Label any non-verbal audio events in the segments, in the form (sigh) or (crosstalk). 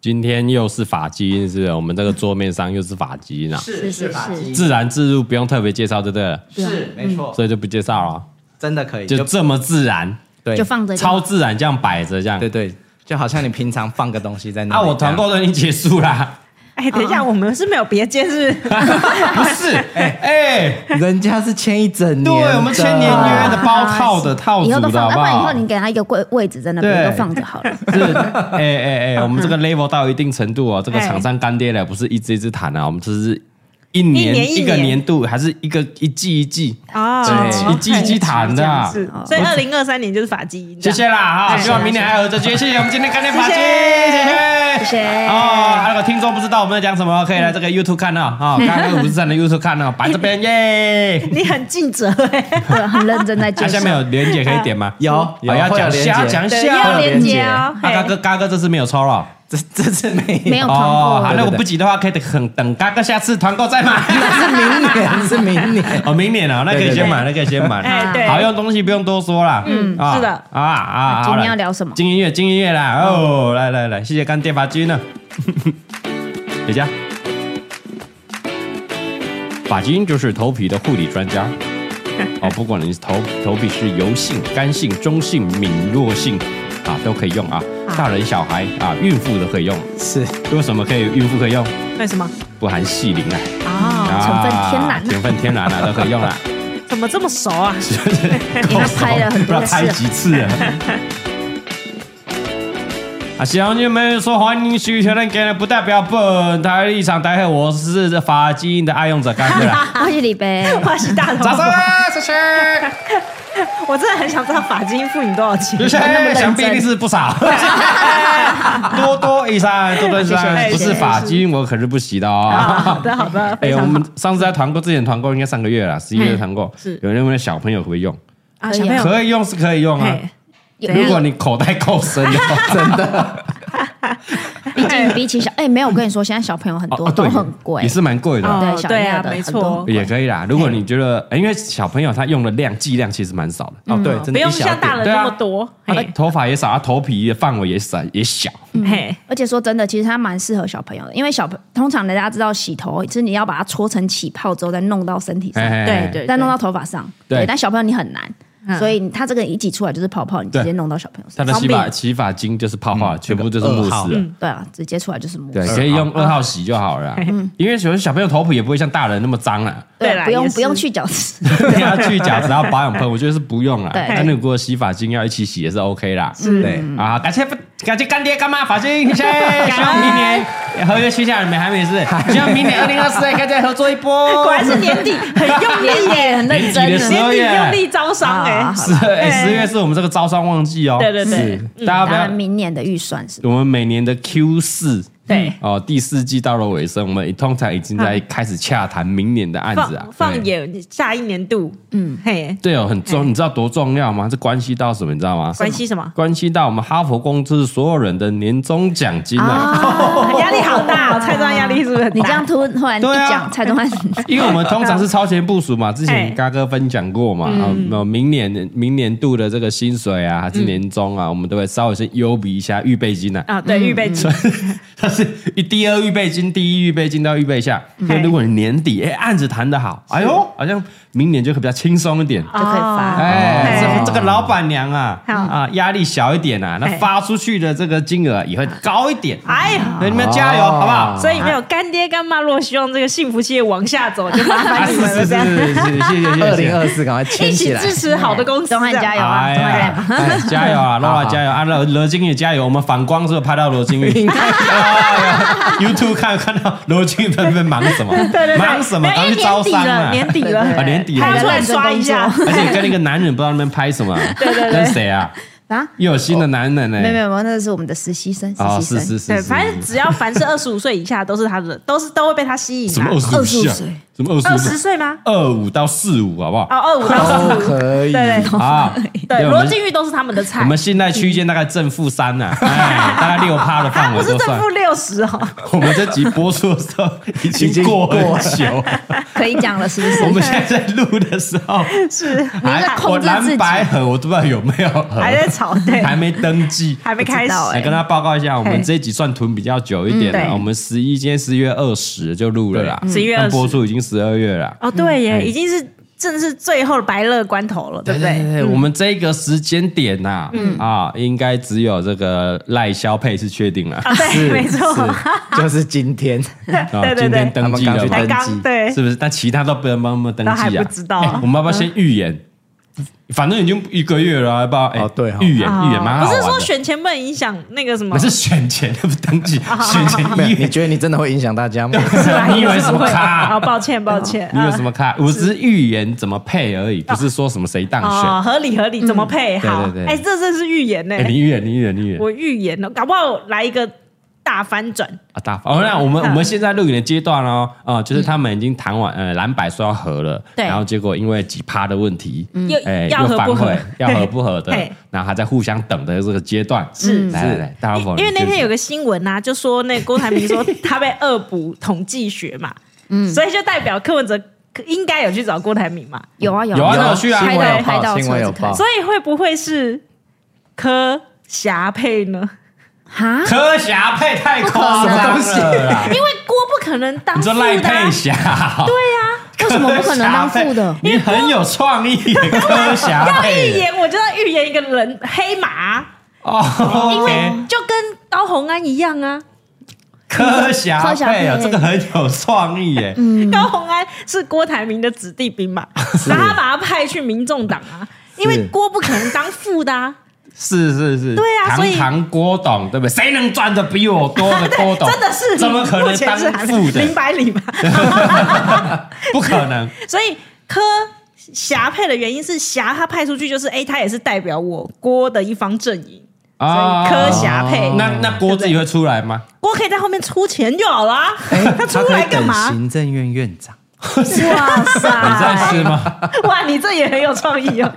今天又是法基因，是不是我们这个桌面上又是哦法基因啊，是是是法是基，自然自入，不用特别介绍，对不对了？是没错，所以就不介绍了，真的可以，就就这么自然，对，就放着就超好自然这样摆着这样对。对，就好像你平常放个东西在那啊，里。我团购都已经结束啦，哎，等一嗯下，我们是没有别接是 (laughs) 不是？不是？ (laughs) 哎，这样，人家是签一整年，对我们签年约的包套的套以组后都的，好放，不要啊不然以后好？你给他一个位位置在那边对都放着好了。是，哎哎 (laughs) 哎，我们这个 level 到一定程度哦，这个厂商干爹了，不是一支一支谈啊，我们这是一一年年一年个年度，还是一个一季一季，哦对一季一季谈的啊是，哦所以二零二三年就是法基因这谢样，谢啦哈，对希望明年还有这局，哎谢谢我们今天干爹法金，谢谢谢谢谢哦，啊如果听众不知道我们在讲什么，可以来这个 YouTube 看哦， (laughs) 哈，刚刚五十站的 YouTube 看哦，摆这边耶。 (laughs) 你很尽责哎，对，很认真在介啊，绍。下面有连姐可以点吗？有有哦要会有讲连一下，要结讲一对，下要哦。连接哦，啊，嘎嘿哥，嘎哥，这次没有抽了。这这次没没有团哦，好，购，那我不急的话，可以等等嘎哥下次团购再买。是明年， (laughs) 是明年。 (laughs) 哦，明年啊，那可以先买，那可以先 (laughs) 哎买。对好用东西不用多说啦。嗯是的啊啊，今好了天要聊什么嗯金音乐，金音乐啦。哦，来来来，谢谢干爹啊发 (laughs) 金呢。姐姐，法金就是头皮的护理专 (laughs) 家。哦，不管你是头头皮是油性、干性、中性、敏弱性啊，都可以用啊。大人、小孩啊，孕妇都可以用。是为什么可以孕妇可以用？为什么？不含细磷啊。哦，啊成分天然 (laughs) 成分天然啊，都可以用啦。怎么这么熟啊？ (laughs) 给他拍了很不知道多拍次。几次了。啊，乡亲们说欢迎许权人给的不代表本台立场。待会我是法基因的爱用者，干哥 (laughs) 啦。恭啊喜李贝，花西大头，掌声，谢 (laughs) 谢，我真的很想知道法基因付你多少钱谢。谢，想必一定是不少。多多益善，多多益善，谢谢不是法基因，我可是不洗的啊好哦。的，好的，哎，非我常好们。上次在团购，之前团购应该上个月了，十一月团购，有人问小朋友可不可以用？啊，小朋友，可以用是可以用啊，嘿有如果你口袋够深的话，真的毕竟比起小，哎，没有，我跟你说，现在小朋友很多都很哦贵也，是蛮贵的啊，哦对小对朋啊友，的没很多错，也可以啦。如果你觉得，呃因为小朋友他用的量剂量其实蛮少的，哦，对，真嗯不的用一小像大点人对啊那么多。他嘿，嗯头发也少，他啊头皮的范围也少也小，嗯嘿，而且说真的，其实它蛮适合小朋友的，因为小朋通常大家知道洗头是你要把它搓成起泡之后再弄到身体上，哎对对，再弄到头发上，对对，但小朋友你很难，嗯所以它这个一挤出来就是泡泡，你直接弄到小朋友他身的上，洗发方便洗发精就是泡泡，嗯全部就是慕这个二号斯了。对啊，直接出来就是慕对，斯，可以嗯用二号洗就好了啦，因为有些小朋友头皮也不会像大人那么脏 (laughs) 了，对对，啦不用也是不用去角质，你要去角质，然后保养喷，我觉得是不用啦。对但如果洗发精要一起洗也是 OK 啦。嗯对，啊，感谢感谢干爹干妈法金，谢谢。希望明年呃合约签下来没还没事，希望明年二零二四可以再合作一波。 (laughs) 果然是年底，很用力耶，很认真年底年底12用力招商哎啊。十哎十月是我们这个招商旺季哦。对对对嗯是，大家当不然要。明年的预算是我们每年的 Q 四对，哦，第四季到了尾声，我们通常已经在开始洽谈明年的案子啊放。对放眼下一年度，嗯，嘿，对哦，很重，你知道多重要吗？这关系到什么，你知道吗？关系什么？关系到我们哈佛公司所有人的年终奖金啊。压力好大哦，蔡庄压力是不是很大？你这样突突然一对啊讲，蔡宗汉 (laughs) 因为我们通常是超前部署 (laughs) 嘛，之哎前嘎哥分享过嘛，嗯啊，那明年明年度的这个薪水啊，还是年终啊，我们都会稍微先优比一下预备金 (laughs) 啊。啊，嗯对，预备金，它是一第二预备金、第一预备金都要预备一下。嗯所以如果你年底哎案子谈得好，哎呦，好像明年就比较轻松一点。就可以发，哎哦，这这个老板娘啊，好啊压力小一点啊，那哎发出去的这个金额啊也会高一点。哦哎呀，那你们加油好不好？所以没有干爹干妈，如果希望这个幸福企业往下走，就麻啊烦是你们是了，是这样是是，谢谢谢谢。二零二四赶快一签起起来，支持好的公司，宗汉加油啊，哎宗汉加油呀，。哎加 (laughs) 油 (laughs) 啊，罗拉加油啊，罗罗金也加油！我们反光是不是拍到罗金 (laughs) 玉？哎呀 (laughs) YouTube 看看到罗金玉在那边忙什 (laughs) 么？忙什么？赶快去招商啊！年 (laughs) 底对了，对啊，年底 (laughs) 他了要出，来刷一下，而且跟那个男人不知道那边拍什么， (laughs) 对对对跟谁啊？啊，又有新的男人呢。没有没有没有，那是我们的实习生，实啊，是习生。是是对，是，反正只要凡是二十五岁以下，都是他的，都是都会被他吸引什么啊。二十五25下岁，什么二二十十岁吗？二五到四五，好不好哦，？二五到都四五，可以。对啊， (laughs) 对，我罗们晋玉都是他们的菜我。们信贷区间大概正负三呐，哎，大概六趴的啊，范 (laughs) 不围是都正算负。六十哦， (laughs) 我们这集播出的时候已已经经过过很久，可以讲了，是不是？ (laughs) 我们现在在录的时候是你在还控我制自己蓝白盒我都不知道有没有盒，还 (laughs) 在吵，对，还没登记，还没开不知。始道欸来跟大家报告一下，我们嘿这一集算囤比较久一点嗯了。对我们十一今天十一月二十就录了啦，嗯11月但20播出已经十二月了。哦，对耶，嗯已经是正是最后的白乐关头了，对不对对？对，我们这个时间点呐，嗯啊，应该只有这个赖肖配是确定了啊，对，是没错，是就是今天，啊对对今天对，登记了他们刚去才嘛，登刚对是，不是？但其他都不能帮我们登都记还啊，不知道啊哎我们要不要先预言？反正已经一个月了啊，要不要？哎哦对哦预言预言蛮好啊不是玩说的。选前不能影响那个什么啊那？是选前不登记，选没前有一月你觉得你真的会影响大家吗？ (laughs) 是吧你以为 (laughs) 什么咖 (laughs) 啊？抱歉，抱歉， (laughs) 你有啊什么看？我只是预言怎么配而已，不是说什么谁当选。哦，合理合理，怎么配对好对？对哎，这真是预言呢哎、，你预言，你预言，你预言我预言哦了，搞不好来一个大翻转，啊！大方。哦，那我嗯们我们现在录影的阶段哦，啊、就是他们已经谈完，呃，蓝白说要合了，对然后结果因为几趴的问题，又哎、嗯要又合反不合悔？，要合不合 (laughs) 的嘿，然后还在互相等的这个阶段，是来来来，大老婆，因为那天有个个新闻啊，就说那郭台铭说他被恶补统计学 (laughs) 嘛，嗯所以就代表柯文哲应该有去找郭台铭嘛，有啊有有啊那有有去啊拍新闻到有报拍到新闻有车子开哦报所以会不会是柯霞配呢？ (laughs) 哈，柯霞配太夸张 (laughs) 了啦，因为郭不可能当你副说赖的啊、佩霞，对呀、为什么不可能当副的？ (laughs) 你很有创意，柯霞 (laughs) 要预配言，我就要预言一个人黑马，哦，因 OK 为就跟高红安一样啊。柯霞配哦，柯霞佩这个很有创意 (laughs) 耶。高红安是郭台铭的子弟兵嘛，然后他把他派去民众党啊，因为郭不可能当副的啊，是是是，对啊所堂以堂郭董，对不对？谁能赚的比我多的郭董？ (laughs) 真的是怎么可目能前当是还副的林？百里嘛，不可能。所以柯霞配的原因是霞他派出去就是，哎、他也是代表我郭的一方阵营，啊柯霞配那那郭自己会出来吗？郭可以在后面出钱就好啊啦， (laughs) 哎他出来干他可以等嘛？行政院院长，哇你这样塞！是吗？哇，你这也很有创意哦！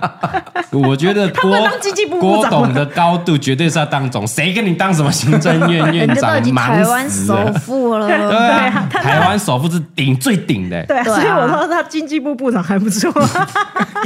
我觉 (laughs) 得他不郭会当经济部部郭长吗董的高度绝对是要当总，谁跟你当什么行政院 (laughs) 院人家长都已？经忙台湾死了首富了，对啊，他台湾首富是顶最顶的，对啊，对啊所以我说他经济部部长还不错，啊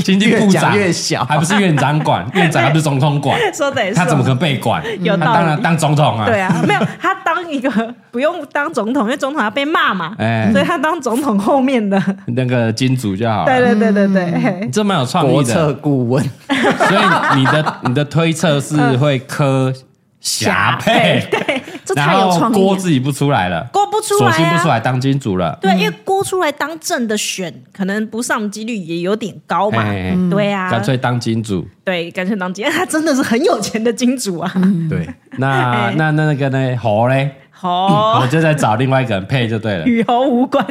经济部长越讲越小还不是院长 (laughs) 管，院长还不是总统管， (laughs) (laughs) 说得也是他怎么可能被管？有嗯他道理当然当总统啊。对啊，没有他当一个不用当总统，因为总统要被骂嘛， (laughs) 哎所以他当总统后面的。那个金主就好对了。对对对对，嘿你这蛮有创国意策的，顾问，所以你的你的推测是会科霞配，对，这太然有后创意郭了。自己不出来了，郭不出来索啊性不出来嗯当金主了。对，因为郭出来当正的选，可能不上几率也有点高嘛哎。对啊，干脆当金主，对，干脆当金， (laughs) 他真的是很有钱的金主啊。嗯 (laughs) 对， (laughs) 那哎那那那个呢？猴嘞，我哦，就在找另外一个人配就 (laughs) 对了。与猴无关，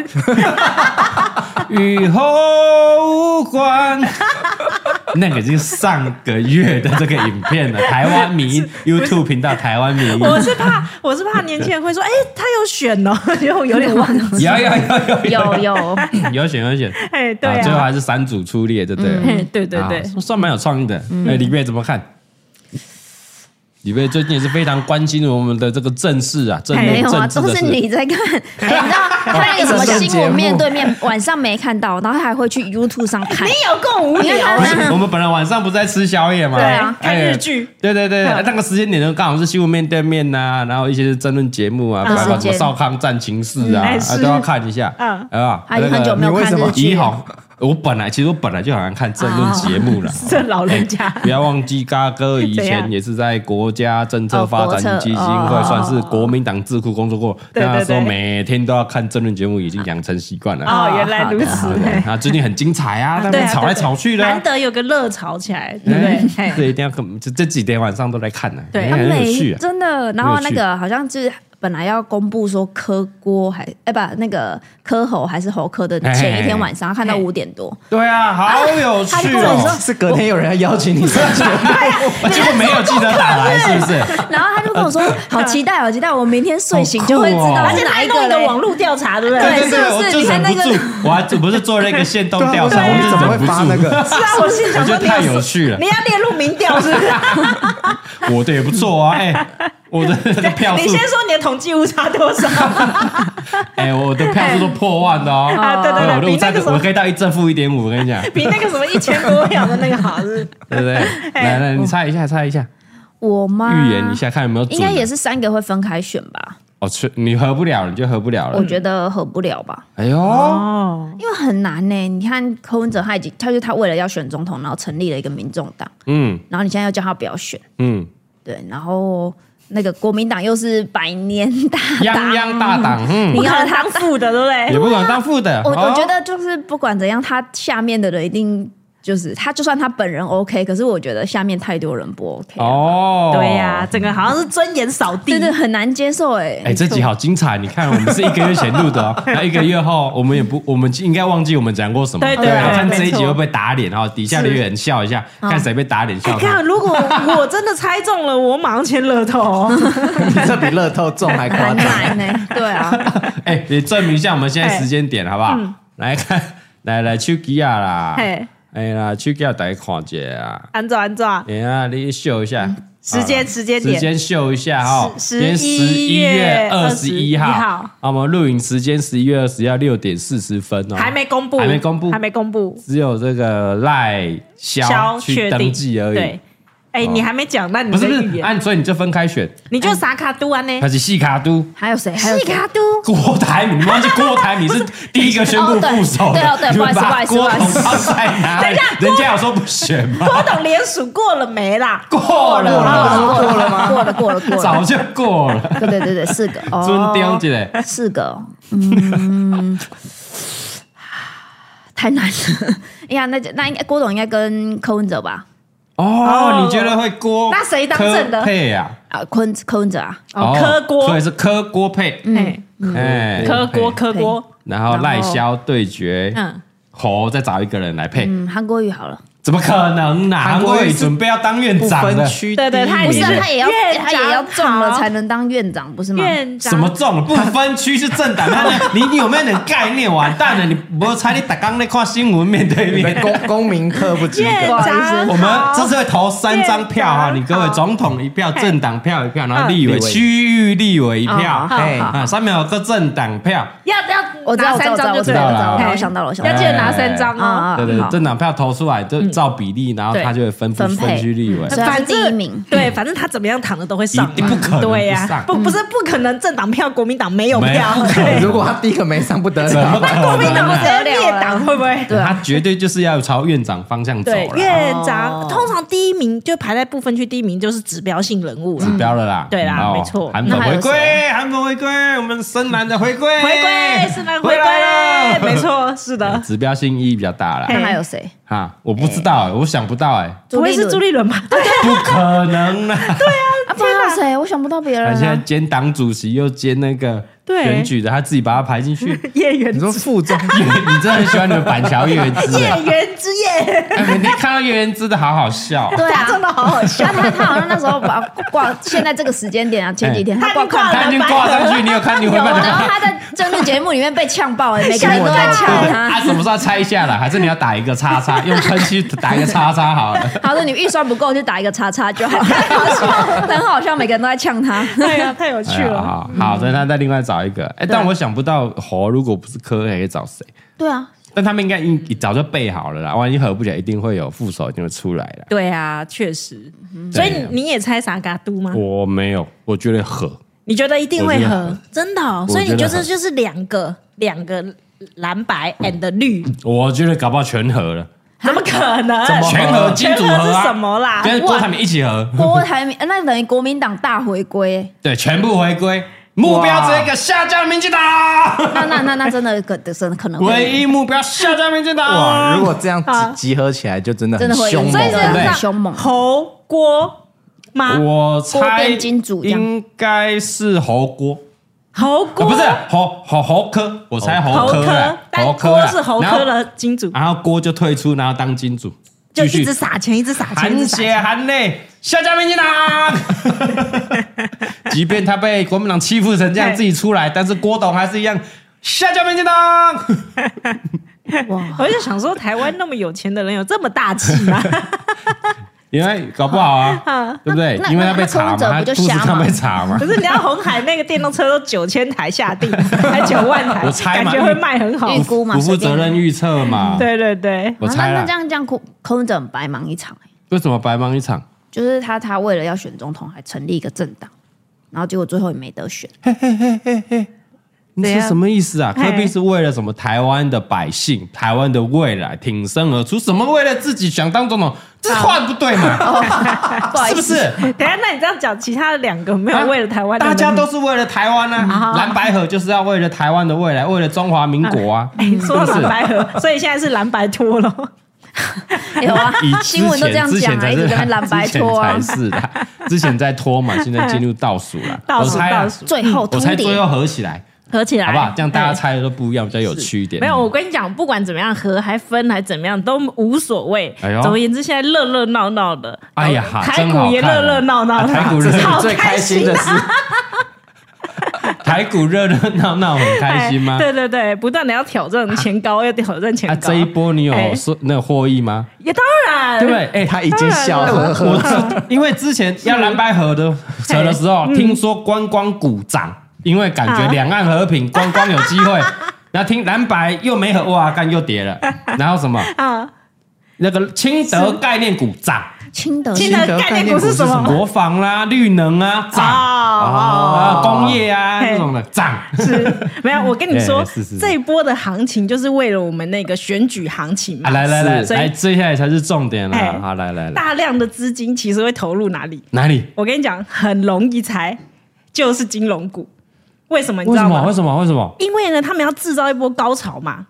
与猴无关。 (laughs) 那个已经上个月的这个影片了，台湾迷 YouTube 频道台湾迷。我是怕我是怕年轻人会说，哎，他有选哦， (laughs) 因为我有点忘记。有有有有有有，有选有选，哎，对最后啊，还是三组出列，对不嘿对？对对对啊，算蛮有创意的。哎，李贝怎么看？李贝最近也是非常关心我们的这个政事啊，政没有政啊，治都的是事。你在看。哎你知道他那个什么新闻面对面，晚上没看到，然后他还会去 YouTube 上看你。哦有够无你看聊他不 (laughs) 是，我们本来晚上不是在吃宵夜吗？对啊哎看日剧。嗯对对对，那个时间点呢，刚好是新闻面对面呐，然后一些争论节目啊，包嗯括什么时间少康战情室啊，嗯哎啊是都要看一下。嗯嗯，啊，他很久没有你为看什么日怡剧了，红，我本来其实我本来就好像看政论节目了。 (laughs) 这老人家。不要忘记，嘎哥以啊怎前样也是在国家政策发展基金哦会，国策算是国民党智库工作过。哦对对那时候对每天都要看政论节目，已经养成习惯了。哦，原来如此好。嘿啊，最近很精彩啊，他对们啊吵来吵去的啊。难得有个热潮起来，对不哎对？嘿对，一定要看，这这几天晚上都来看呢、对哎他很有每趣啊。真的，然后那个好像就是。本来要公布说科郭还哎不那个科侯还是侯科的前一天晚上，他看到五点多，对啊，好有趣哦！是隔天有人要邀请你 (laughs) 上节目，啊 (laughs) 结果没有记得打来，是不是？然后他就跟我说：“好期待，好期待，我明天睡醒就会知好酷哦道而且是他哪还一个弄一个嘞网络调查，对不对对？是不我是就你忍看不那个住，我还我不是做了一个限动调查，对啊我你就怎忍么会不发那住。个？ (laughs) 是啊，我心想我觉说得你太有有趣了你，要列入民调是不是？ (laughs) 我的也不错啊，哎，我的那个票你数先，说你的统计误差多少？ (laughs) 哎，我的票数都破万的哦。啊对对对我的比我那再个什么我可以到一正负一点五，我跟你讲，对比那个什么一千多秒的那个好是 (laughs) 不不是？对？来来，你猜一下，猜一下，我吗？预言一下，看有没有准啊应啊。该也是三个会分开选吧？哦，是你合不了，你就合不了了我。觉得合不了吧，哎呦，哦，因为很难呢、你看柯文哲他已经，他就他为了要选总统，然后成立了一个民众党，嗯然后你现在要叫他不要选，嗯，对，然后那个国民党又是百年大 (laughs) 泱党，泱大 (laughs) 党，嗯，你要当副的，对不对也？不管当副的。哎我哦我觉得就是不管怎样，他下面的人一定就是他，就算他本人 OK，可是我觉得下面太多人不 OK，、哦，对呀，整个好像是尊严扫地真。的很难接受哎、哎、这集好精彩！你看，我们是一个月前录的 (laughs) 哦，那一个月后，我们也不，我们应该忘记我们讲过什么。对对对然后看这一集没错会不会打脸哦，底下留言笑一下，看谁被打脸哎笑他。看，如果我真的猜中了，我马上签乐透哦。你 (laughs) 这比乐透中还夸很张。 (laughs) 难呢、对啊，哎、也证明一下我们现在时间点好不好？来看，来来手机啊啦，嗯嘿哎、啦，手机啊大家看一下啊，按照按照，哎呀，你秀一下。嗯时间好啦时间点时间秀一下哈，十今天11 11月二十一21号号，啊我们录影时间十一月二十要六点四十分哦，还没公布，还没公布，还没公布，只有这个赖萧消去确登定记而已哦对。，哎，你还没啊讲，那你不是的不预是，言，按所以你就分开选，你就撒卡都安呢他？是细卡都还有谁？还有谁？都，郭台铭，你忘记郭台铭是第一个宣布副手的，哦对对哦对你们不好把意思不郭好意董思不好放在哪里？人家有说不选吗？郭董连署过了没啦？过了啦，过了吗？过了，过了，过了。早就过了，对对对对，四个哦，尊丢起来。 (laughs) 四个哦，嗯，太难了。哎呀，那就那应该郭董应该跟柯文哲吧？哦，你觉得会郭？那谁当正的柯配啊？啊，柯柯文哲啊，哦，柯郭所以，是柯郭配，哎，哎，柯郭柯郭，然后赖萧对决，嗯，侯再找一个人来配，嗯，韩国瑜好了，怎么可能呢、韩韩国国瑜瑜是准备要当院不长分的，区对对第一他也不名是啊他也要院长他也要中了好才能当院长，不是吗？院长什么中了不分区是政党？他那你你有没有点概念？完蛋了！你我猜你打刚那看新闻面对你 (laughs) 们面。公公民课不 (laughs) 及院格，不好意长思好，我们这次会投三张票啊，院长你各位好总统一票，政党票一票，然后嗯立委立委区域立委一票哦，好哎好好啊，上面有个政党票，要要我知道，我知拿道，我三知道张我就知对道，我了知道，对我想到了，我想要到记了。得哎拿三张哦。啊对对，好政党票投出来就照比例，然后嗯对他就会分分配分区立 (laughs) 委。所以他是第一名，对，反正他怎么样躺着都会上嘛，一定不可能对呀、不上不不是不可能，政党票国民党没有票， (laughs) 没有对 (laughs) 如果他第一个没上不得怎么了，可国民能？党只有列党会不会？对啊他绝对就是要朝院长方向走对，了，院长、通常第一名就排在部分区第一名就是指标性人物了指。标了啦。对啦哦没错韩粉那还回有归，韩粉回归，我们深蓝的回归，回归是南回回来归，了没错，是的，指标性意义比较大啦嘿。那还有谁？哈，我不知道欸，我想不到哎，不会是朱立立伦吧？ (laughs) 对，不可能啊！ (laughs) 伦啊？不然还有谁？我想不到别人啊他哎现在了。兼党主席又兼那个啊对选举的，他自己把他排进去。 (laughs) 叶元你说副总，你真的很喜欢你们板桥叶元之欸 (laughs) 叶元之 (laughs) 夜，哎，每天看到叶元之的好好笑。对啊，真的好好笑那。他他好像那时候把挂，现在这个时间点哎啊，前几天他他挂已经挂空了 (laughs) 他已经挂上去，你有看你有，回办然吗？后他在政治节目里面被呛爆 (laughs) 了，每个人都在呛啊，他。什么时候拆一下了？还是你要打一个叉 (laughs) 叉，用喷漆打一个叉叉好了？ (laughs) 他说：“你预算不够，就打一个叉叉就好。”很好笑，很好笑，每个人都在呛他。哎呀， (laughs) 太有趣哎呀了。好，好，所以他再另外找一个。哎，但我想不到猴，如果不是柯，还可以找谁？对啊，但他们应该一早就备好了啦，万一合不起来，一定会有副手，一定会出来的。对啊，确实。所以你你也猜傻嘎都吗？嗯我没有，我觉得合。你觉得一定会我觉得合？真的哦，我所以觉你得就合是就是两个两个蓝白嗯 and 绿，我觉得搞不好全合了，怎么可能？怎么全合金组合全合啊是什么啦跟郭台铭一起合，郭台铭那等于国民党大回归，对，全部回归，目标哇这个下架民进党， (laughs) 那那那那真的可真的可能唯会一目标下架民进党。哇，如果这样集集合起来，就真的真很的会凶猛，哦所以对是不对很凶猛。侯郭吗？我啊锅猜变金主这样应该是侯锅，猴啊、锅不是猴猴猴科，我猜猴猴科啦科，，但科啦锅是猴科的金主，然后，然后锅就退出，然后当金主，就继续一直撒钱，一直撒钱，一含直撒血钱。含泪下架民进党。 (laughs) 即便他被国民党欺负成这样，对自己出来，但是郭董还是一样下架民进党。哇，我就想说，台湾那么有钱的人有这么大气吗？因为搞不好 (laughs) 啊，对不对那？那因为他被那查柯文哲嘛，他不就肚子瞎上吗被查嘛 (laughs) 可。是你要红海那个电动车都九千台下定，还九万台，我猜感嘛觉会卖很好预。估嘛，不负随便责任预测嘛，对对对，我啊猜那那了这。样这样，柯柯文哲很白忙一场、欸、为什么白忙一场？就是他他为了要选总统，还成立一个政党，然后结果最后也没 (laughs) 得选。你怎是样什么意思啊？嘿科比是为了什么？台湾的百姓，台湾的未来挺身而出，什么为了自己想当总统，这话不对 (laughs) 嘛？不好意是不思，是？等一下，那你这样讲，其他的两个没有啊为了台湾的大人，家都是为了台湾啊，蓝白河就是要为了台湾的未来，为了中华民国啊，哎是不说是？蓝 (laughs) 白河，所以现在是蓝白脱了。有啊以，之新闻都这前样之讲前啊，才一是直在那边蓝白之前拖啊才，是 (laughs) 的，之前在拖嘛，现在进入倒数了，倒数我猜啊倒数最后我哦通猜最牒后合起来，合起来好不好？这样大家哎猜的都不一样，比较有趣一点。没有，我跟你讲，不管怎么样合还分还怎么样都无所谓。哎呦总而言之，现在热热闹闹的。哎呀台真好股也看啊热热闹闹的，啊台股热好最开心的 (laughs) 事，台股热热闹闹，很开心吗？哎对对对，不断的要挑战前高，要挑战前啊，高。这一波你有哎呃嗯说那个获益吗？也当然，对不对？哎，他已经笑呵呵我知，因为之前要蓝白河的蛇的时嗯候，听说观光股涨，因为感啊觉两岸和 (laughs) 平，观光有机会。然后听蓝白又没和哇，干又跌 (laughs) 了。然后什么啊，那个清德概念股涨，亲德新的新的概概念念股股是是什什么？国防啦、绿能啊涨，啊啊工业啊嘿这种的涨。是没有，我跟你说啊哎是是是，这一波的行情就是为了我们那个选举行情嘛。啊来来来所以来，接下来才是重点哎了。好，来来来，大量的资金其实会投入哪里？哪里？我跟你讲，很容易猜，就是金融股。为什么你为什知道么？为吗？什么？为什么？因为呢，他们要制造一波高潮嘛，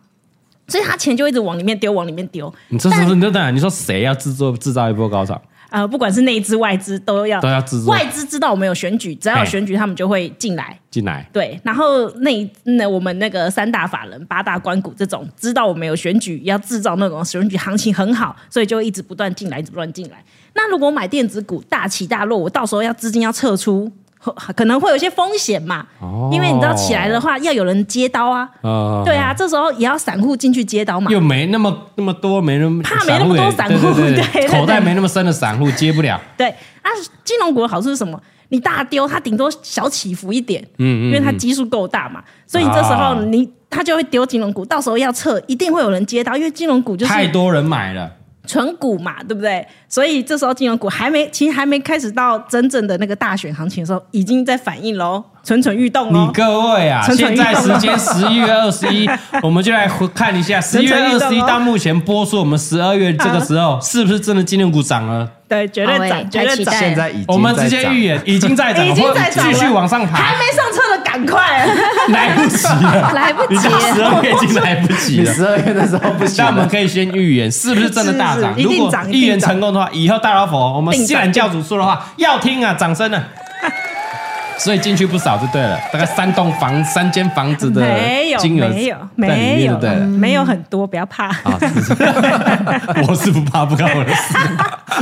所以他钱就一直往里面丢，往里面丢。你这是你就等下，你说谁要制作制造一波高潮？呃，不管是内资外资都要都要制作外资知道我们有选举，只要有哎选举，他们就会进来。进来，对，然后那那我们那个三大法人、八大关股这种，知道我们有选举，要制造那种选举行情很好，所以就一直不断进来，一直不断进来。那如果买电子股大起大落，我到时候要资金要撤出， (laughs) 呵可能会有一些风险嘛。哦因为你知道起来的话，要有人接刀啊。呃，对啊，这时候也要散户进去接刀嘛。又没那么那么多，没那么怕没那么多散户对 (laughs) 对对对口袋没那么深的散户接不了。对啊，金融股的好处是什么？你大丢，它顶多小起伏一点，嗯因为它基数够大嘛，所以你这时候啊你、它就会丢金融股，到时候要撤，一定会有人接到，因为金融股就是太多人买了，纯股嘛，对不对？所以这时候金融股还没，其实还没开始到真正的那个大选行情的时候，已经在反应喽，蠢蠢欲动你喽。各位啊，蠢蠢现欲动在时间十一月二十 (laughs) 一，我们就来回看一下十一月蠢蠢欲二动啊十一哦到目前播出，我们十二月这个时候是不是真的金融股涨了？对，绝好对欸涨，绝太期对涨，待现在已经 (laughs) 我们在直接涨预言已经在涨，已经在涨会了，继续往上还爬，没上车的赶快，来不及了，来不你及到十了，二月 (laughs) 已经来不及你了。十二月的时候不行那我们了，可以先预言，是不是真的大涨？是是是如一定果涨一定涨预言成功的话，以后大老佛我们定涨西兰教主说的话要听啊，掌声啊！ (laughs) 所以进去不少就对了，大概三栋房、三间房子的没有，金额没有，在里没面有就对， (laughs) 了。没嗯有很多，不要怕。啊，是是我是不怕，不关我的事，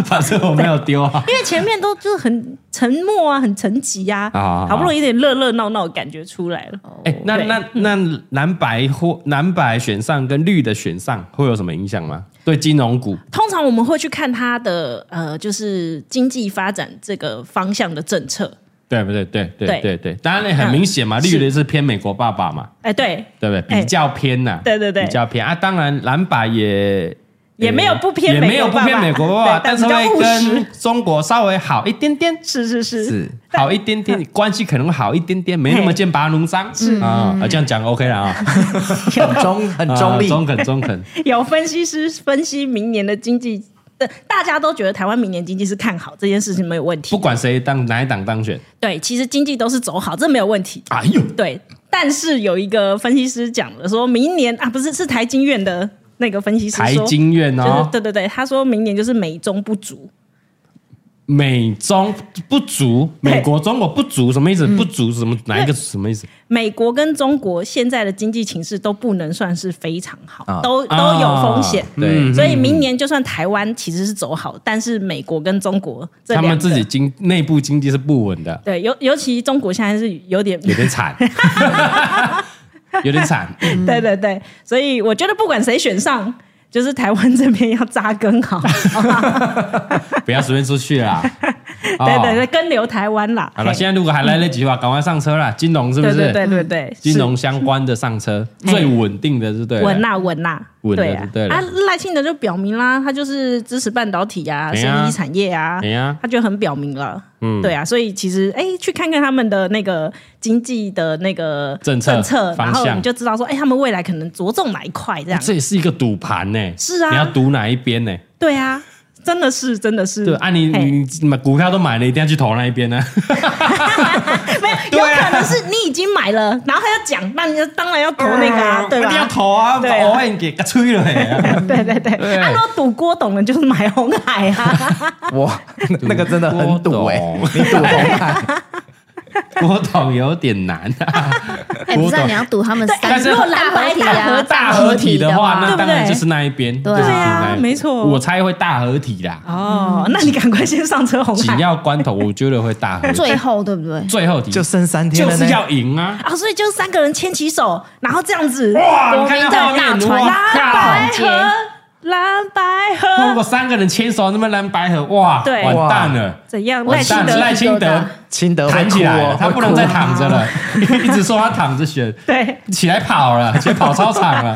反正我没有丢啊。因为前面都就是很沉默啊，很沉寂呀、好好好好不容易有点热热闹闹的感觉出来了。哎、那哦对那那蓝白或蓝白选上跟绿的选上会有什么影响吗？对金融股通常我们会去看它的呃，就是经济发展这个方向的政策。对不对？对对对对对，当然很嗯明显嘛，是绿的是偏美国爸爸嘛，哎，对，对不哎对？比较偏呐、对对对比较偏啊。当然，蓝白也也没有不偏也没有美不国爸爸偏美国爸爸，对但是但比较会务实跟中国稍微好一点 (laughs) 点，是是是，是好一点 (laughs) 点，关系可能好一点点，没那么剑拔弩张啊。啊，这样讲 OK 了啊，很中很中啊立，中肯中 (laughs) 肯。有分析师分析明年的经济。呃大家都觉得台湾明年经济是看好这件事情没有问题不，管谁当哪一党当选，对，其实经济都是走好，这没有问题。哎呦，对，但是有一个分析师讲了，说明年啊，不是是台经院的那个分析师财说，经院就是哦，对对对，他说明年就是美中不足，美中不足，美国中国不足什么意思？不足什么哪一个什么意思？美国跟中国现在的经济情势都不能算是非常好，啊都都有风险。啊对所以明年就算台湾其实是走好，但是美国跟中国这他两们个自己经内部经济是不稳的，对，尤尤其中国现在是有点有点惨，有点惨。对对对，所以我觉得不管谁选上，就是台湾这边要扎 (laughs) 根哦好，不要随便出去啦。对对对，哦，跟留台湾啦。好了，嘿现在如果还来得及的话，赶快上车啦！金融是不对是？嗯对对对对，金融相关的上车嘿最稳定的是对是了稳啦稳啦，稳的对就啊对了啊，赖清德就表明啦，他就是支持半导体啊、哎生呀医产业啊哎，呀，他就很表明了。嗯，对啊，所以其实哎，去看看他们的那个经济的那个政策政策，方然后向你就知道说，哎，他们未来可能着重哪一块这样。这也是一个赌盘呢。是啊你要赌哪一边呢？对啊，真的是真的是。对啊，你嘿你你买股票都买了，一定要去投那一边呢。有对啊可能是你已经买了，然后他要讲，那你就当然要投那个啊，对一定要吧？投啊，对把啊 ON 给吹了欸对对对，对他说赌郭董的就是买红海啊，哇，嗯那那个真的很赌哎、懂 (laughs) 你赌红海，我懂有点难啊。哎，不是我啊懂你要赌他们但三是哎个如果大蓝白合体啊，大合体的话，对那不对当然就是那一边，对啊就是那一对啊边没错我猜会大合体啦。哦，那你赶快先上车红紧海要关头，我觉得会大合体。最后对不对？最后题 (laughs) 就剩三天就了呢是。要赢啊！啊，所以就三个人牵起手，然后这样子，哇，国你看民那党画面大，船哇蓝靠！大白河，蓝白如河果三个人牵手，那么蓝白河，哇，对完蛋了，怎样？我赖完清蛋了！德赖清赖德清清德会弹哭起来哦了，，他会不能哭再哦躺着了， (laughs) 一直说他躺着选，对起来跑了，起来跑操场了，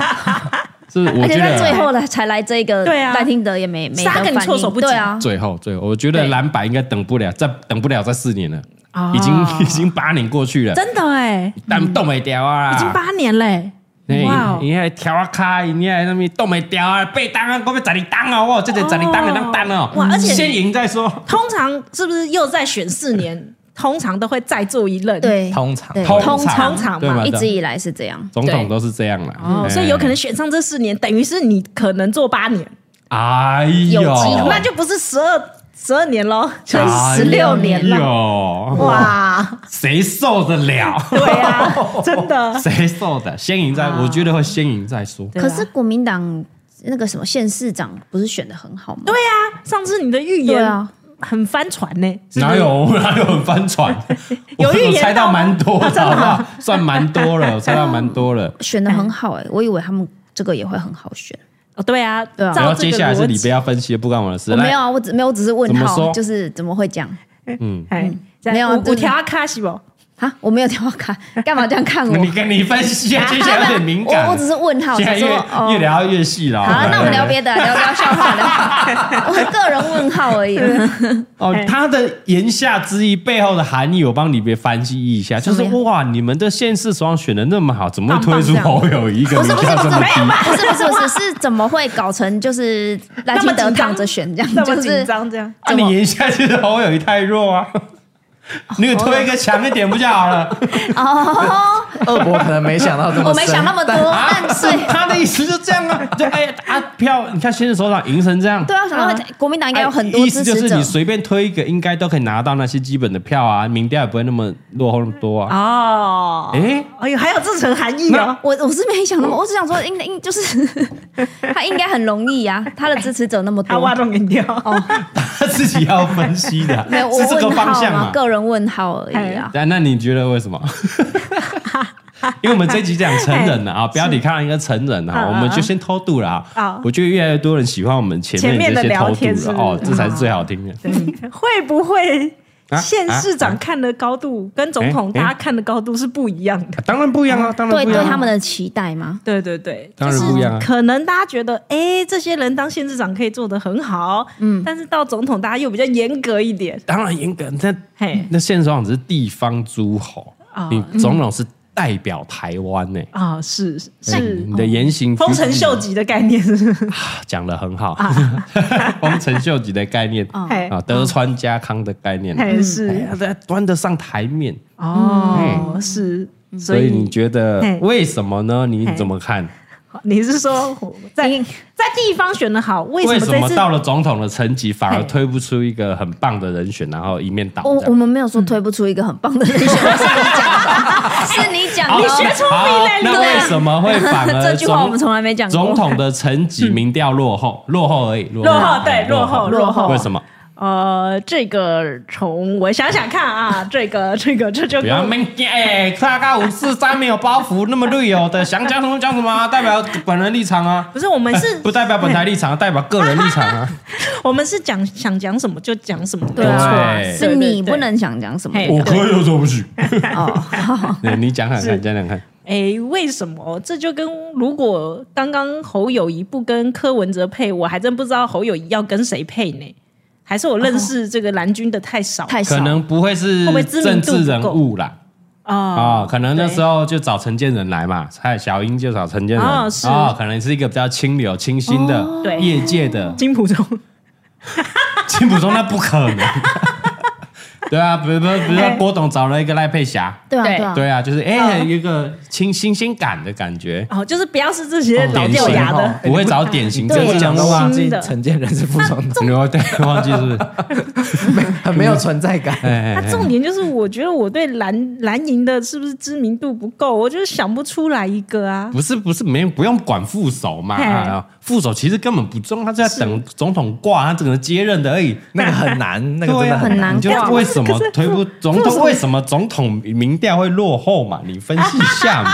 是我而觉且得在最后了才来这个，对啊赖听德也没没得杀个反你措手应，不及对啊，最后最后，我觉得对蓝白应该等不了，再等不了再四年了，啊已经已 (laughs) 经八年过去了，真的哎，但动没掉啊，已经八年嘞，嘿哇哦你还调啊开，你还那边动没掉啊，被当啊，我被砸你当啊，哇，这个砸你当的当当哦，哇而且先赢再说，通常是不是又再选四年？通常都会再做一任，对，通常对通常嘛对嘛，一直以来是这样。总统都是这样啦，哦，嘿所以有可能，选上这四年，等于是你可能做八年，哎呦，有机会哦那就不是十二十二年喽。所以16年哎了了，哇，哇，谁受得了？ (laughs) 对啊，真的。谁受的？先赢啊再，我觉得会先赢再说。对啊可是国民党那个什么县市长不是选的很好吗？对啊，上次你的预对言啊，很帆船呢、是不是哪？有哪有很翻 (laughs) 船？有我预言我猜到到吗蛮多啊真的，的好啊不好？算蛮多了， (laughs) 我猜到蛮多了。选的很好哎，我以为他们这个也会很好选。哦，对啊，对啊然照后这接个下来是逻李贝辑，要分析，不关我的事。我没有来，啊，我只没有，我只是问怎么号，说就是怎么会这样嗯，哎，这样没有啊五就是五条阿卡西不？啊？我没有电话卡， (laughs) 干嘛这样看我？你跟你分析 (laughs) 啊，接下来有点敏我感我只。是问号，现在想越说越哦。聊越细了。好了，那我们聊对别的，聊聊笑 (laughs) 话的。我个人问号而已。哦，哎他的言下之意背后的含义，我帮你别翻译一下，就是什么哇，你们的县市首长选的那么好，怎么会推出棒棒侯友 (laughs) 谊一个不民是不是调这么不低是？不是不是不是是怎么会搞成就是赖那么清德紧张躺着选这那样，么就紧是张这样？啊，你言下就是侯友谊太弱 (laughs) 啊，你给推一个强一点不就好了？哦，二伯可能没想到这么深，我没想那么多，但但是啊他的意思就这样啊，就哎啊票，你看现任首长赢成这样，哎对啊，想到会国民党应该有很多意支思就持是者你，随便推一个，应该都可以拿到那些基本的票啊，民调也不会那么落后那么多啊。哦，哎，哎呦，还有这层含义哦。啊我我是没想那么，我只想说应应就是他应该很容易呀，他的支持者那么他挖多。洞给你跳，哦他自己要分析的 (laughs) 没有，，我是这个问方号向嘛，嘛？个人问号而已哎啊。那那你觉得为什么？因为我们这集讲成人了啊，标题看到一个成人啊，我嗯们就先偷渡了啊好。我觉得越来越多人喜欢我们前前面面的这些偷聊天是渡不了是哦，这才是最好听的。会不会啊县市啊长看的高度跟总统哎哎大家看的高度是不一样的？ (laughs) 啊当然不一样啊，当然对不一对，样他啊。们的期待嘛，对对对，当然不一样啊就是可能大家觉得，哎，这些人当县市长可以做得很好，嗯，但是到总统，大家又比较严格一点，当然严格，但嘿，那县首长只是地方诸侯啊，你总统是代表台湾呢。哦啊，是嗯是你的言行举止丰臣秀吉啊的概念，是不嗯是？讲的很好， (laughs) 丰臣秀吉的概念嘿啊，德川家康的概念，哦嘿是哎对端得上台面。哦，是，所所以你以觉得嘿为什么呢？你怎么看？你是说在你在地方选的好，为什为么什这么次到了总统的层级反而嘿推不出一个很棒的人选，然后一面倒我这我样？们没有说推不出一个很棒的 (laughs) 人选，是你讲的，是你讲的。哦聪明好了你那为什么会反而 (laughs) 这句话总我们从来没讲过总统的层级民调落后，落后而已，落嗯落后对落后落后为什么？呃，这个从我想想看啊，这个这个这就不要跟命！哎，大概五四三没有包袱，那么绿油的，想讲什么讲什么 (laughs) 啊，代表本人立场啊，不是我们是不代表本台立场，代表个人立场啊。我们是讲想讲什么就讲什么，对啊，对是你不能想讲什么嘿我可以，有什么不行？哦。 (laughs) 你你讲讲看，讲讲看。哎，为什么？这就跟如果刚刚侯友谊不跟柯文哲配，我还真不知道侯友谊要跟谁配呢？还是我认识这个蓝军的太少太少可能不会是会不会知名政度治人不够物啦，啊哦，可能那时候候就找陈建仁来嘛，蔡小英就找陈建仁，哦是哦哦，可能是一个比较清流、清新的、对业界的金普中金普中，那不可能。 (laughs) 对啊，比如说比如说哎嗯郭董找了一个赖佩霞，对啊，对对啊，对啊，就是哎、有一个清新鲜感的感觉，哦，就是不要是这些哦老典掉型牙哦的，不会找典型对政治讲人都物啊新。忘记的陈建仁是副总统，你忘哦对 (laughs) 忘记是 (laughs) 不是？很 (laughs) 没有存在感。哎那重点就是，我觉得我对蓝蓝营的是不是知名度不够，我就是想不出来一个啊。不是不是没不用管副手嘛，嘿啊副手其实根本不重要，他就在等总统挂，他整个接任的而已。那个很难，那个真对的啊很很难你就挂为什么推不总统？为什么总统民调会落后嘛？你分析一下 (laughs) 嘛？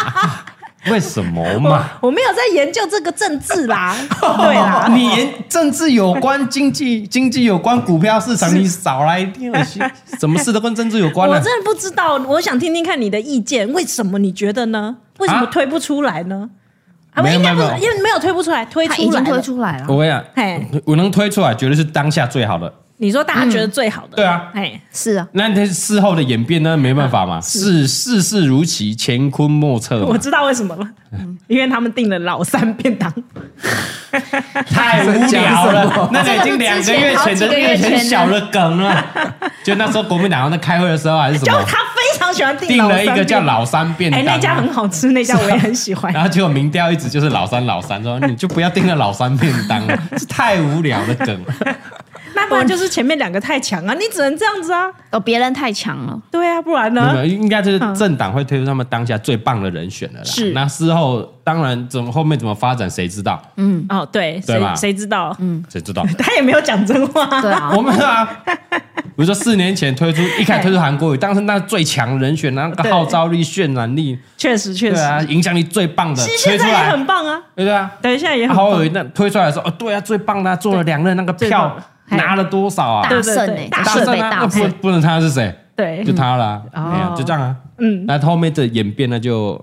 为什么嘛？我没有在研究这个政 (laughs) 治啦，对啦，你研政治有关、经济 (laughs) 经济有关、股票市场，你少来一点恶 (laughs) 心，什么事都跟政治有关啊我了。真的不知道，我想听听看你的意见，为什么你觉得呢？为什么啊推不出来呢？啊，没有应该不是没有没，因为没有推不出来，推他出已来经了推。出来了，我跟你讲，嘿，我能推出来，绝对是当下最好的。你说大家觉得最好的，对啊嘿，是啊，那这事后的演变呢，没办法嘛，世世事如棋，乾坤莫测我嘛，知道为什么了，嗯因为他们订了老三便当，太无聊了。那个已经两个月前的那个很小的梗了， (laughs) 就那时候国民党在开会的时候还是什就么，他非常喜欢订定老三了一个便叫当，老三便哎，当那家啊，很好吃，那家我也很喜欢。 (laughs) 然后结果民调一直就是老三老三，说你就不要定了老三便当了，这太无聊的梗了。那不然就是前面两个太强啊，你只能这样子啊。哦，别人太强了，对啊，不然嗯没呢？有，应该就是政党会推出他们当下最棒的人选了啦。是那事后当然怎么后面怎么发展谁知道？哦，对，嗯对吧谁谁知道？谁知道？ (laughs) 他也没有讲真话。 (laughs) 嗯 (laughs) 对啊我，们啊，比如说四年前推出，一开始推出韩国语，当时那最强人选，那个对号召力、渲染力，确实，确对实，啊，影响力最棒的其实推现出在也来，很棒啊。对啊。对，现在也很棒。侯友宜那推出来的时候，哦，对啊，最棒的啊，做了两任那个最棒票拿了多少啊？大对胜哎，对对大胜胜被啊，那大不胜，不能他是谁？对就，他啦，嗯哎呀哦就这样啊。嗯，那后面的演变呢，就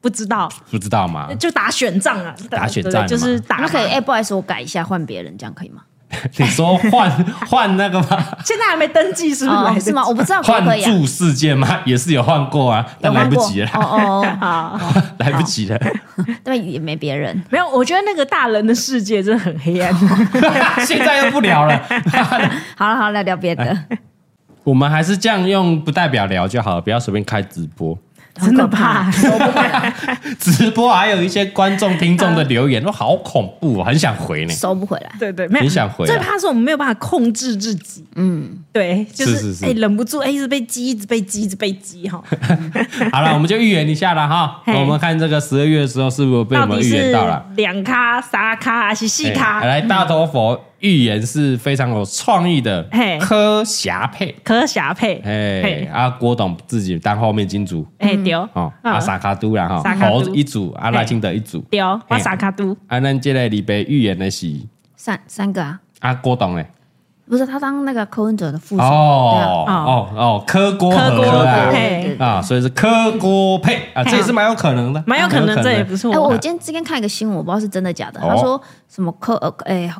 不知道，不知道嘛。就打选仗啊，打选仗对就是打嘛。那可以，哎，不好意思，我改一下，换别人，这样可以吗？ (laughs) 你说换换那个 (laughs) 吗？现在还没登记，是不是来哦，得及？是吗？我不知道可不换可以啊，住事件吗？ (laughs) 也是有换过啊，但有来换不过及了，哦哦， (laughs) 啊， (laughs) 来不及了。哦对，也没别人，没有，我觉得那个大人的世界真的很黑暗。哦现在又不聊了，好了好了，聊别哎的，我们还是这样用不代表聊就好了，不要随便开直播。 (laughs) 真的怕很可怕直播还有一些观众听众的留言都好恐怖、哦，很想回呢。收不回来，对对，没有。你想回啊最怕是我们没有办法控制自己。嗯，对，就是是是哎，忍不住哎，一直被激，一直被激，一直被 (laughs) 激哈。好了，我们就预言一下了哈。嘿我们看这个十二月的时候是不是被我到们底预是言到了？哎两咖、三咖还是四咖嘿？来，大头佛预言是非常有创意的嘿，柯霞配。可霞配，哎嘿，啊，郭董自己当后面金主哎丢哦，啊，萨卡都啦哈萨，卡都猴一组，阿拉金德一组，丢，我傻卡都啊，咱这个礼拜预言的是三三个啊，啊，郭董嘞，不是他当那个柯文哲的副手，哦对啊哦哦，柯郭柯合郭啊合对啊对对对啊，所以是柯郭配啊，这也是蛮有可能的，蛮有可能，这也不是哎，我我今天之前看一个新闻，我不知道是真的假的，哦他说什么柯呃哎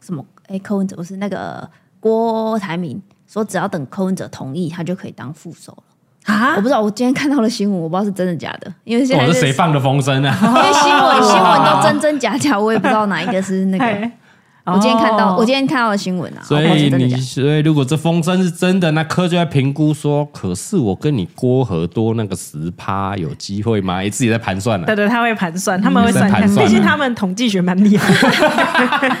什么哎柯文哲不是那个郭台铭说只要等柯文哲同意，他就可以当副手了。啊我不知道，我今天看到了新闻，我不知道是真的假的，因为现在我就是哦哦谁放的风声啊？ (laughs) 因为新闻新闻都真真假假，我也不知道哪一个是那个。我今天看到，哎哦我今天看到的新闻啊，所我不知以道真的你假的所以如果这风声是真的，那科就在评估说，可是我跟你郭和多那个十趴有机会吗？也哎自己在盘算了、对对，他会盘算，他们会算在看盘，算毕竟啊他们统计学蛮厉害 (laughs) 的，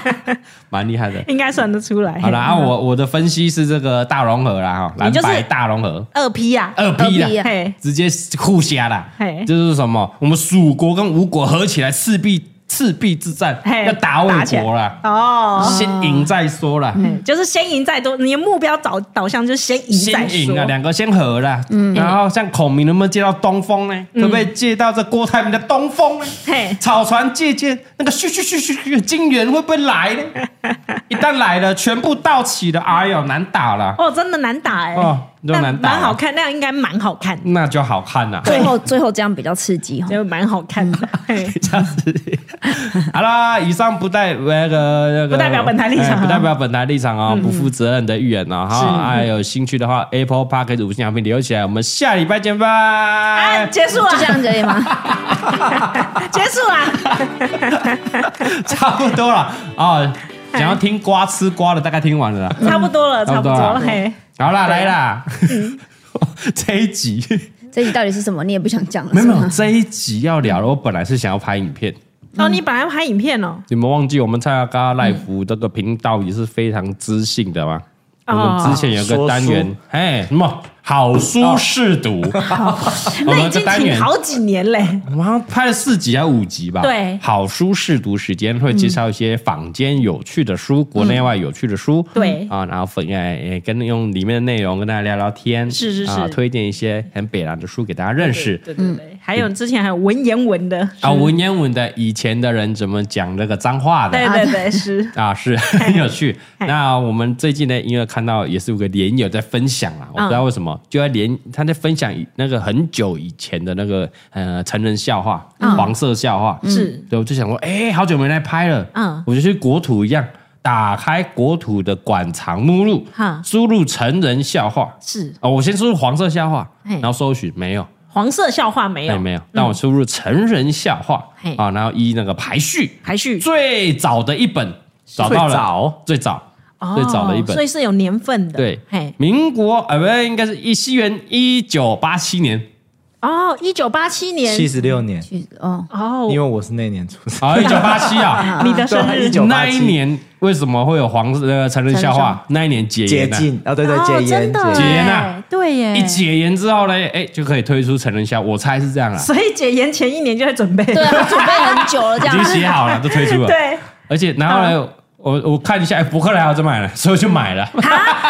蛮厉害的。应该算得出来。好啦， (laughs) 啊、我我的分析是这个大融合啦，哈，你蓝就是白大融合，二 P 呀，二 P 二 P 啦啊，嘿，直接互瞎啦嘿，就是什么，我们蜀国跟吴国合起来赤壁赤壁之战嘿要打打魏起来国啦，哦，先赢再说啦。就是先赢再多，你的目标导导向就是先赢再先赢啊，说。嗯两个先和啦。然后像孔明能不能借到东风呢？可不可以借到这郭台铭的东风呢？嘿，草船借箭，那个咻咻咻咻咻，金元会不会来呢？ (laughs) 一旦来了，全部到齐了，哎呦，难打了，哦，真的难打哎，哦就但难打蛮好看，那样应该蛮好看，那就好看 (laughs) 了。最后最后这样比较刺激哈。哦 (laughs) 就蛮好看的。嗯嘿这样子，好啦，以上不代那个那个不代表本台立场哎啊嗯不代表本台立场哦，不负责任的预言哦。哈，哎，有兴趣的话，Apple Park 五星好评留起来，我们下礼拜见，啊，拜。结束了，就这样可以吗？结束啊了。 (laughs) 差不多了哦。想要听瓜吃瓜的，大概听完了啦。差不多了，差哎 (laughs) 差不多不啊多了了，嘿，啊嗯好啦，来啦， (laughs) 这一集这集到底是什么？你也不想讲了，没有是没有，吗？这一集要聊了。我本来是想要拍影片，哦，你本来要拍影片哦，你们忘记我们蔡阿嘎 Life 这个频道也是非常知性的吗？我嗯哦们之前有个单元说，哎，什么好书试读， (laughs) 我那已们这经单元挺好几年嘞。我们好像拍了四集还五集吧？对好书试读时间会介绍一些坊间有趣的书，国内外有趣的书。嗯对啊，然后分哎跟用里面的内容跟大家聊聊天，是是是啊，推荐一些很北兰的书给大家认识。 (laughs) 对对对，嗯还有之前还有文言文的，啊，文言文的以前的人怎么讲那个脏话的对对对，是啊， (laughs) 是很有趣。哎那我们最近呢，因为看到也是有个连友在分享啊，我不知嗯道为什么，就在连他在分享以那个很久以前的那个呃成人笑话，黄色笑话嗯是。对，我就想说，哎、好久没来拍了，嗯我就去国土一样，打开国土的馆藏目录哈，输入成人笑话，是哦，我先输入黄色笑话，嘿然后搜寻没有，黄色笑话没哎有，嗯没有，那我输入成人笑话嘿，啊，然后依那个排序，排序 (laughs) 最早的一本找到最了，最早哦最早的一本所以是有年份的。对嘿，，民国呃不应该是一西元一九八七年，哦，一九八七年，七十六年，去哦，哦因为，我是那年出生，啊一九八七啊。你的生日 (laughs) 一九那八一七年为什么会有黄呃成人笑话？那一年 (laughs) 解解严呢、禁啊，对对，哦解真严，的解解严啊耶对耶，一解严之后呢，哎，就可以推出成人笑，我猜是这样啦，啊所以解严前一年就在准备，对啊，准备很久了，这已样啊经写好了，都推出了。 (laughs) 对，而且然后呢，我我看一下，哎，博客来好像买了，所以我就买了。 (laughs)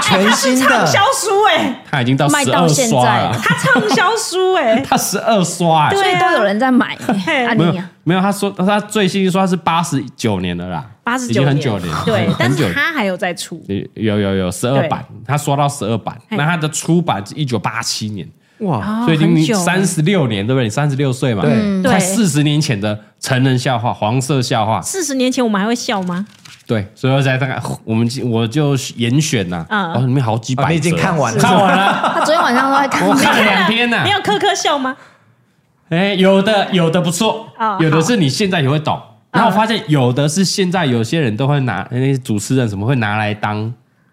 全是新畅销的，书哎，他已经到卖十到二现在刷了，，他畅销书哎他十二刷、哎对啊啊所以都有人在买。嘿啊没有你啊，没有，他说他最新一刷是八十九年了啦，八十已九经很久年，对很，但很久是了。他还有在出，有有有十二对版，他刷到十二版，嘿那他的出版是一九八七年，哇，哦所以很你久三十六年对不对？你三十六岁嘛，对嗯快对四十年前的成人笑话，黄色笑话，四十年前我们还会笑吗？对，所以我才大概我们我就严选呐，嗯哦，里面好几百则，哦啊你已经看完了看完了，他昨天晚上都在看我。看了两天呢没。有科科笑吗？哎，有的有的不错嗯哦，嗯有的是你现在也会懂。然后我发现有的是现在有些人都会拿那些主持人什么会拿来当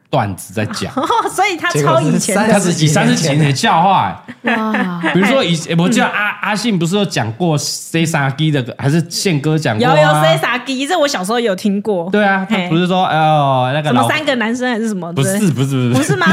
段子在讲，哦，所以他结果超以是前三的，他是以三十几年的笑话、哎哇，比如说以，欸我记得阿阿信不是有讲过 C 傻鸡的歌，还是宪哥讲过、有啊？有 C 傻鸡，这我小时候有听过，对啊，他嘿不是说哦那个什么老三个男生还是什么？不是对不是不是吗？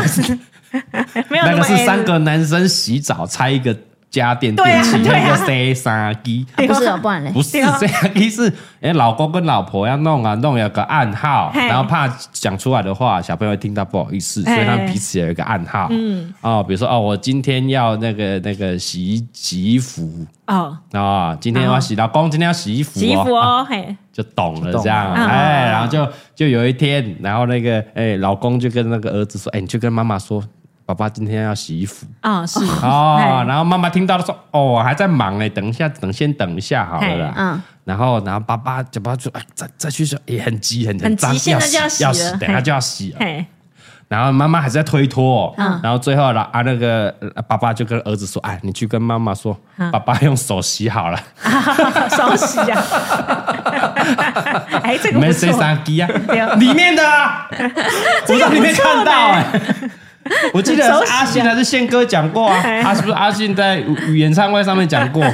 没 (laughs) 有那么个是 A 三个男生洗澡拆一个家电对电啊器，对啊那个 C 傻鸡。不是啊，不然嘞不，是对啊这样， (laughs) 意思哎，老公跟老婆要弄啊，弄有个暗号，嘿然后怕讲出来的话，小朋友听到不好意思，所哎以他们彼此有一个暗号。嗯，哦，比如说哦，我今天要那个那个洗衣洗衣服哦，啊、今天要洗，老公今天要洗衣服、哦，洗衣服啊哦，嘿，就懂了就懂了这样，嗯哎，然后就就有一天，然后那个哎，老公就跟那个儿子说，哎，你去跟妈妈说。爸爸今天要洗衣服啊是 (laughs) 哦，嘿然后妈妈听到了说：“哦，我还在忙嘞，等一下，等先等一下好了啦。”嗯，然后，然后爸爸就爸爸就哎，再再去说，也很急，很很急脏，现在就要要洗，洗要了洗，等一下嘿嗯就要洗了。嘿，然后妈妈还是在推脱、哦，然后最后了啊，那个呃爸爸就跟儿子说：“哎，你去跟妈妈说，嗯爸爸用手洗好了，烧洗啊！哎，这个不没谁错，杀鸡啊对，里面的、 (laughs) 啊，我在里面看到哎、 (laughs) 我记得是啊阿信还是宪哥讲过啊，哎他是不是阿信在演唱会上面讲过？啊，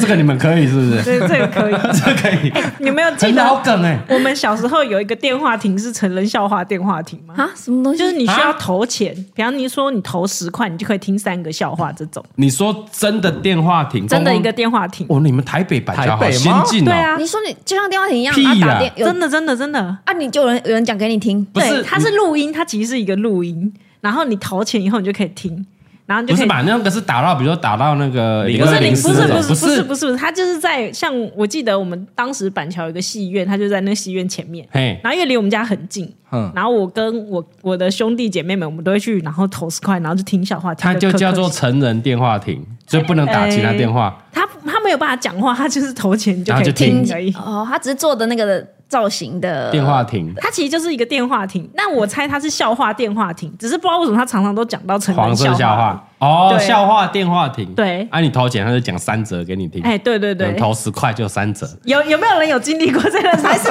这个你们可以是不是？这这个可 (laughs) 以。哎这个可以，你有没有记很老得梗哎、 (laughs) 我们小时候有一个电话亭是成人笑话电话亭吗？啊，什么东西？就是你需要啊投钱，比方你说你投十块，你就可以听三个笑话这种，啊你说真的电话亭，真的一个公电话亭。公哦，你们台北板桥台好北先吗进哦，对啊，你说你就像电话亭一样，屁啊，打啦电有真的真的真的，啊，你就有人有人讲给你听，不是对，它是录音，它其实是一个录音，然后你投钱以后你就可以听，然后你就不可是以。吧？那个是打到，比如说打到那个不是不是零你，不四哦是那不种，是不是不是，它就是在像我记得我们当时板桥有一个戏院，它就在那戏院前面，嘿，然后因为离我们家很近，嗯然后我跟我我的兄弟姐妹们，我们都会去，然后投十块，然后就听笑话，它听就得咳咳叫做笑成人电话亭，就不能打哎其他电话。他他没有办法讲话，他就是投钱你就可然后就以听而已。哦，他只是做的那个造型的电话亭，它其实就是一个电话亭，那我猜它是笑话电话亭，只是不知道为什么他常常都讲到成人黄色笑笑话哦，对笑话电话亭。对啊，你投钱他就讲三折给你听，哎，对对对能，投十块就三折，有有没有人有经历过这个？还是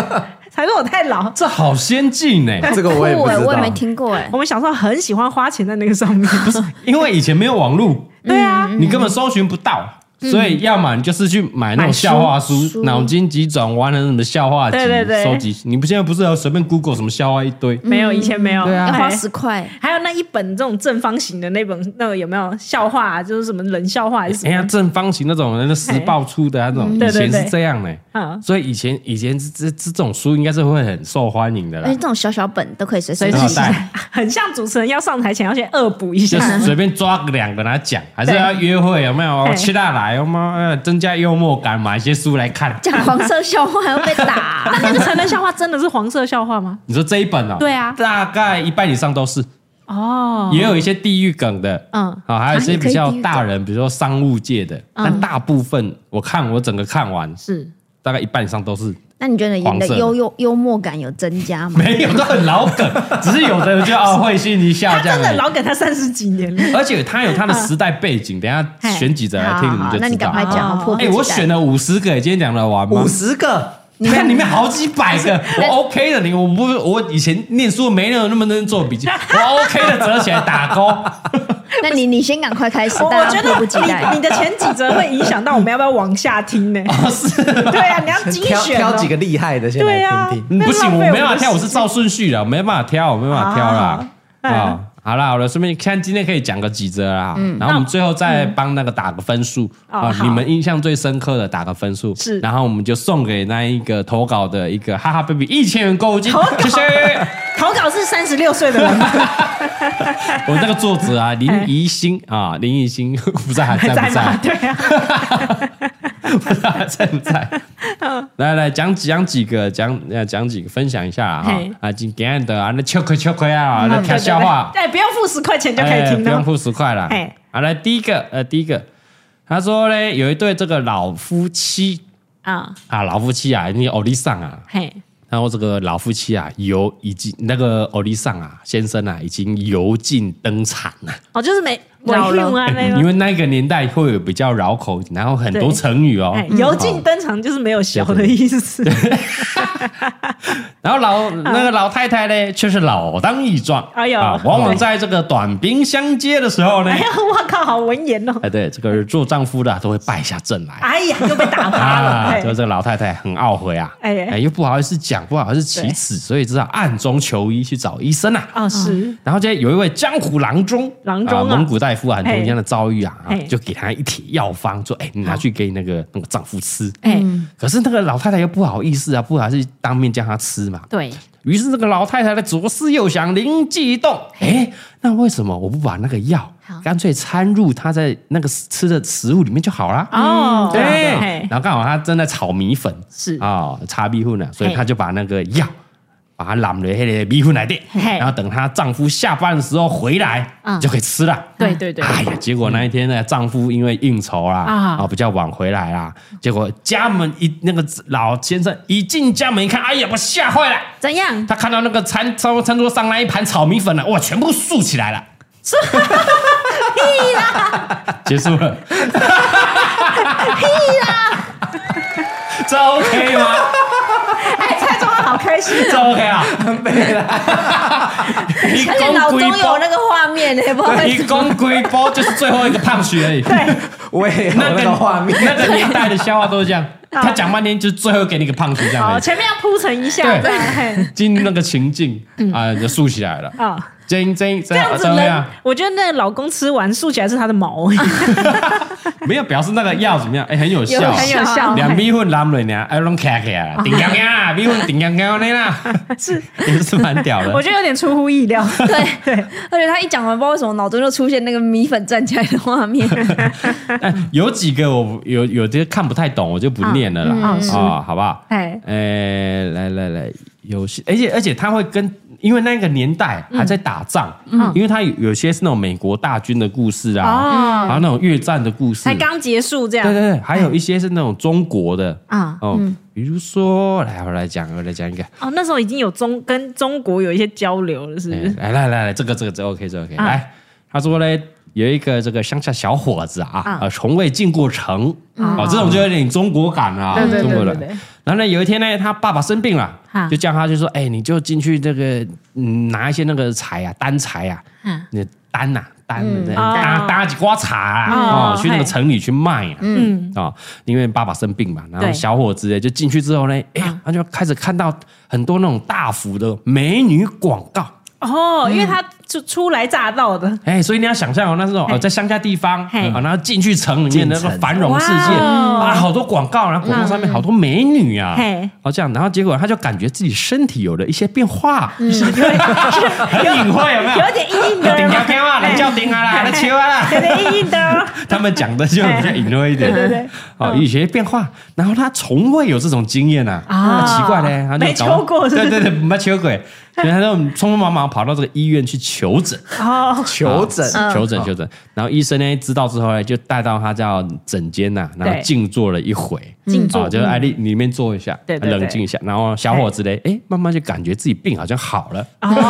还是我太老？ (laughs) 这好先进哎！这个我也酷不哎知道，我也没听过哎我，们小时候很喜欢花钱在那个上 (laughs) 面，不是？ (laughs) 因为以前没有网络，对啊，嗯你根本搜寻不到。所以，要么你就是去买那种笑话书，脑筋急转弯的什么笑话集，对对嗯对收集。你不现在不是有随便 Google 什么笑话一堆？没有以前没有，对啊要哎花十块，还有那一本这种正方形的那本，那个有没有笑话啊、就是什么冷笑话还是 (laughs) 什哎呀，么？正方形那种，那个时报出的啊那种，嗯对以对前对是这样的。嗯，所以以前以前这这这种书应该是会很受欢迎的而且啦哎哎啊这，种小小本都可以随随身时脑洗袋，很像主持人要上台前要先恶补一下就。嗯是随便抓个两个来讲，还是要约会有没有？对我吃大来，我妈呃增加幽默感，买一些书来看。讲黄色笑话还要被打， (laughs) 那个成人笑话真的是黄色笑话吗？你说这一本哦，对啊大概一半以上都是，哦，也有一些地域梗的，嗯，啊，还有一些比啊较也可以地域梗嗯大人，比如说商务界的，但大部分我看我整个看完，是大概一半以上都是 (laughs) 那你觉得你黄的色的幽幽幽默感有增加吗？没有，都很老梗， (laughs) 只是有的人就哦会心一笑他这样真而的已。老给他三十几年了。而且它有它的时代背景，等一下嘿选几则来听你好嗯们好就那你知道。赶快讲，哦我迫不及哎，待我选了五十个，今天讲得完吗？五十个，你看里面好几百 (laughs) 个，我 OK 的，你我不我以前念书没有那么认真做 (laughs) 笔记，我 OK 的折起来打勾。那你你先赶快开始，我我大觉家迫不及得你待你。的前几折会影响到我们要不要往下听呢？ (laughs) 哦，是，对啊，你要精挑选哦挑几个厉害的先对啊来听听。那不行，浪我费没我办法的挑，我时是赵顺序的，我没办法挑，我没办法挑啦。啊啊，好啦，好了，顺便看今天可以讲个几折啦。嗯然后我们最后再帮那个打个分数哦啊，好你们印象最深刻的打个分数是然后我们就送给那一个投稿的一个哈哈 baby 一千元购 (laughs) 物金投稿，谢谢。投稿是三十六岁的人吗，我那个作者啊，林怡欣啊，林怡欣 (laughs) 不知道还在哎在不在？吗？对啊，不知道还在不在？来来讲讲几个，讲呃讲几个，分享一下啊哈嘿啊，今天的啊，那秋葵秋葵啊，那对跳对笑话对，哎不用付十块钱就可以哎听不到用。付十块啦嘿。好，来第一个，呃，第一个，他说嘞，有一对这个老夫妻啊，啊，老夫妻啊，你欧丽上啊，嘿，然后这个老夫妻啊，游已经那个欧丽上啊先生啊，已经油尽灯残了。哦，就是没老了用啊，那哎因个为那个年代会有比较绕口，然后很多成语哦哎。油尽灯场就是没有小的 (laughs) 意思。然后老那个老太太呢，却是老当益壮。哎呦啊，往往在这个短兵相接的时候呢哎，呀，我靠，好文言哦！哎，对，这个做丈夫的啊都会败下阵来。哎呀，又被打趴了。 (laughs) 啊，哎就这个老太太很懊悔啊，哎哎，又不好意思讲，不好意思启齿，所以只好暗中求医去找医生啊。哦，是然后就有一位江湖郎中，郎中啊哎啊蒙古大夫啊，很同样的遭遇啊嘿，就给他一帖药方，说，哎，你拿去给那个那个丈夫吃。哎，可是那个老太太又不好意思啊，不好意思当面叫他吃嘛。对，于是这个老太太的左思右想，灵机一动，哎，那为什么我不把那个药干脆掺入她在那个吃的食物里面就好啦？哎哦，对啊嘿然后刚好她正在炒米粉是啊，哦炒米粉呢，所以嘿她就把那个药把它揽了黑的米粉来店，嘿然后等她丈夫下班的时候回来，嗯就可以吃了。对对对，哎呀，结果那一天呢，丈夫因为应酬啦，啊啊、比较晚回来啦，结果家门一那个老先生一进家门一看，哎呀，我吓坏了。(laughs) 怎样？他看到那个餐餐餐桌上那一盘炒米粉了，哇，全部竖起来了。结束了。 (laughs) 屁啦！这 OK 吗？哎，蔡中好开心，这 OK 啊？没啦。而且脑中有那个画面呢，不好 (laughs) 意一思，公龟波就是最后一个胖许而已。 (laughs) 我也有那那个个画面，那个年代的笑话都是这样，好他讲半天就是最后给你一个胖许这样好，而已。前面要铺陈一下，对这样嘿进那个情境啊，就竖起来了。啊。真真这真样子哎啊怎么人样？，我觉得那个老公吃完竖起来是他的毛，没有表示那个药怎么样？哎，很有 (laughs) 效，很 (laughs) 有效，两米粉揽了呢，哎，拢卡起来了，顶杠杠啊，米粉顶杠杠的啦， (laughs) 是也是蛮屌的 (laughs) 我。觉得有点出 (laughs) 乎意料。对对，而且他一讲完，不知道为什么脑中就出现那个米粉站起来的画 (laughs) 面，哎，有几个我有有些看不太懂，我就不念了啦，嗯嗯啊，好不好？哎，哎，来来来，有些，而且而且他会跟，因为那个年代还在打仗，因为他有有些是那种美国大军的故事啊，嗯哦，还有那种越战的故事，才刚结束这样对，对对，还有一些是那种中国的啊哦，比如说，来我来讲，我来讲一个，哦，那时候已经有中跟中国有一些交流了，是不哎是？来来来来，这个这个这个 OK 这个啊 OK，、来，他说嘞。有一个这个乡下小伙子啊，呃，从未进过城，哦，这种就有点中国感啊，啊对对中国对对人。对，然后呢，有一天呢，他爸爸生病了，啊就叫他就说，哎，你就进去这个，嗯，拿一些那个柴啊，单柴啊，那单呐、单的嗯哦搭搭几瓜茶哦啊，哦，去那个嘿城里去卖啊，嗯，啊、因为爸爸生病嘛，然后对嗯小伙子就进去之后呢，哎呀，他就开始看到很多那种大幅的美女广告。嗯哦，因为他就初来乍到 (laughs) 的，哎、所以你要想象哦，那时候嘿呃在乡下地方啊、嘿然后进去城里面的那进个城繁荣世界哇哦啊，好多广告，然后广告上面好多美女啊，嘿好这样，然后结果他就感觉自己身体有了一些变化，很隐晦，有没有？有点阴阴的，顶条条啊，人叫顶啊啦，来求啊啦，有点阴阴的哦，他们讲的就比较隐晦一点，对对对，哦，有一些变化，然后他从未有这种经验啊，啊啊，奇怪嘞，他就没搞不抽过是不是对对对，没求过，所以他就匆匆忙忙跑到这个医院去求诊，哦，求诊啊求诊，求诊，然后医生呢知道之后呢，就带到他叫诊间呐，然后对静坐了一回，静坐嗯啊，就是哎，里里面坐一下，对对对冷静一下，然后小伙子嘞，哎，慢慢就感觉自己病好像好了，哦 (laughs)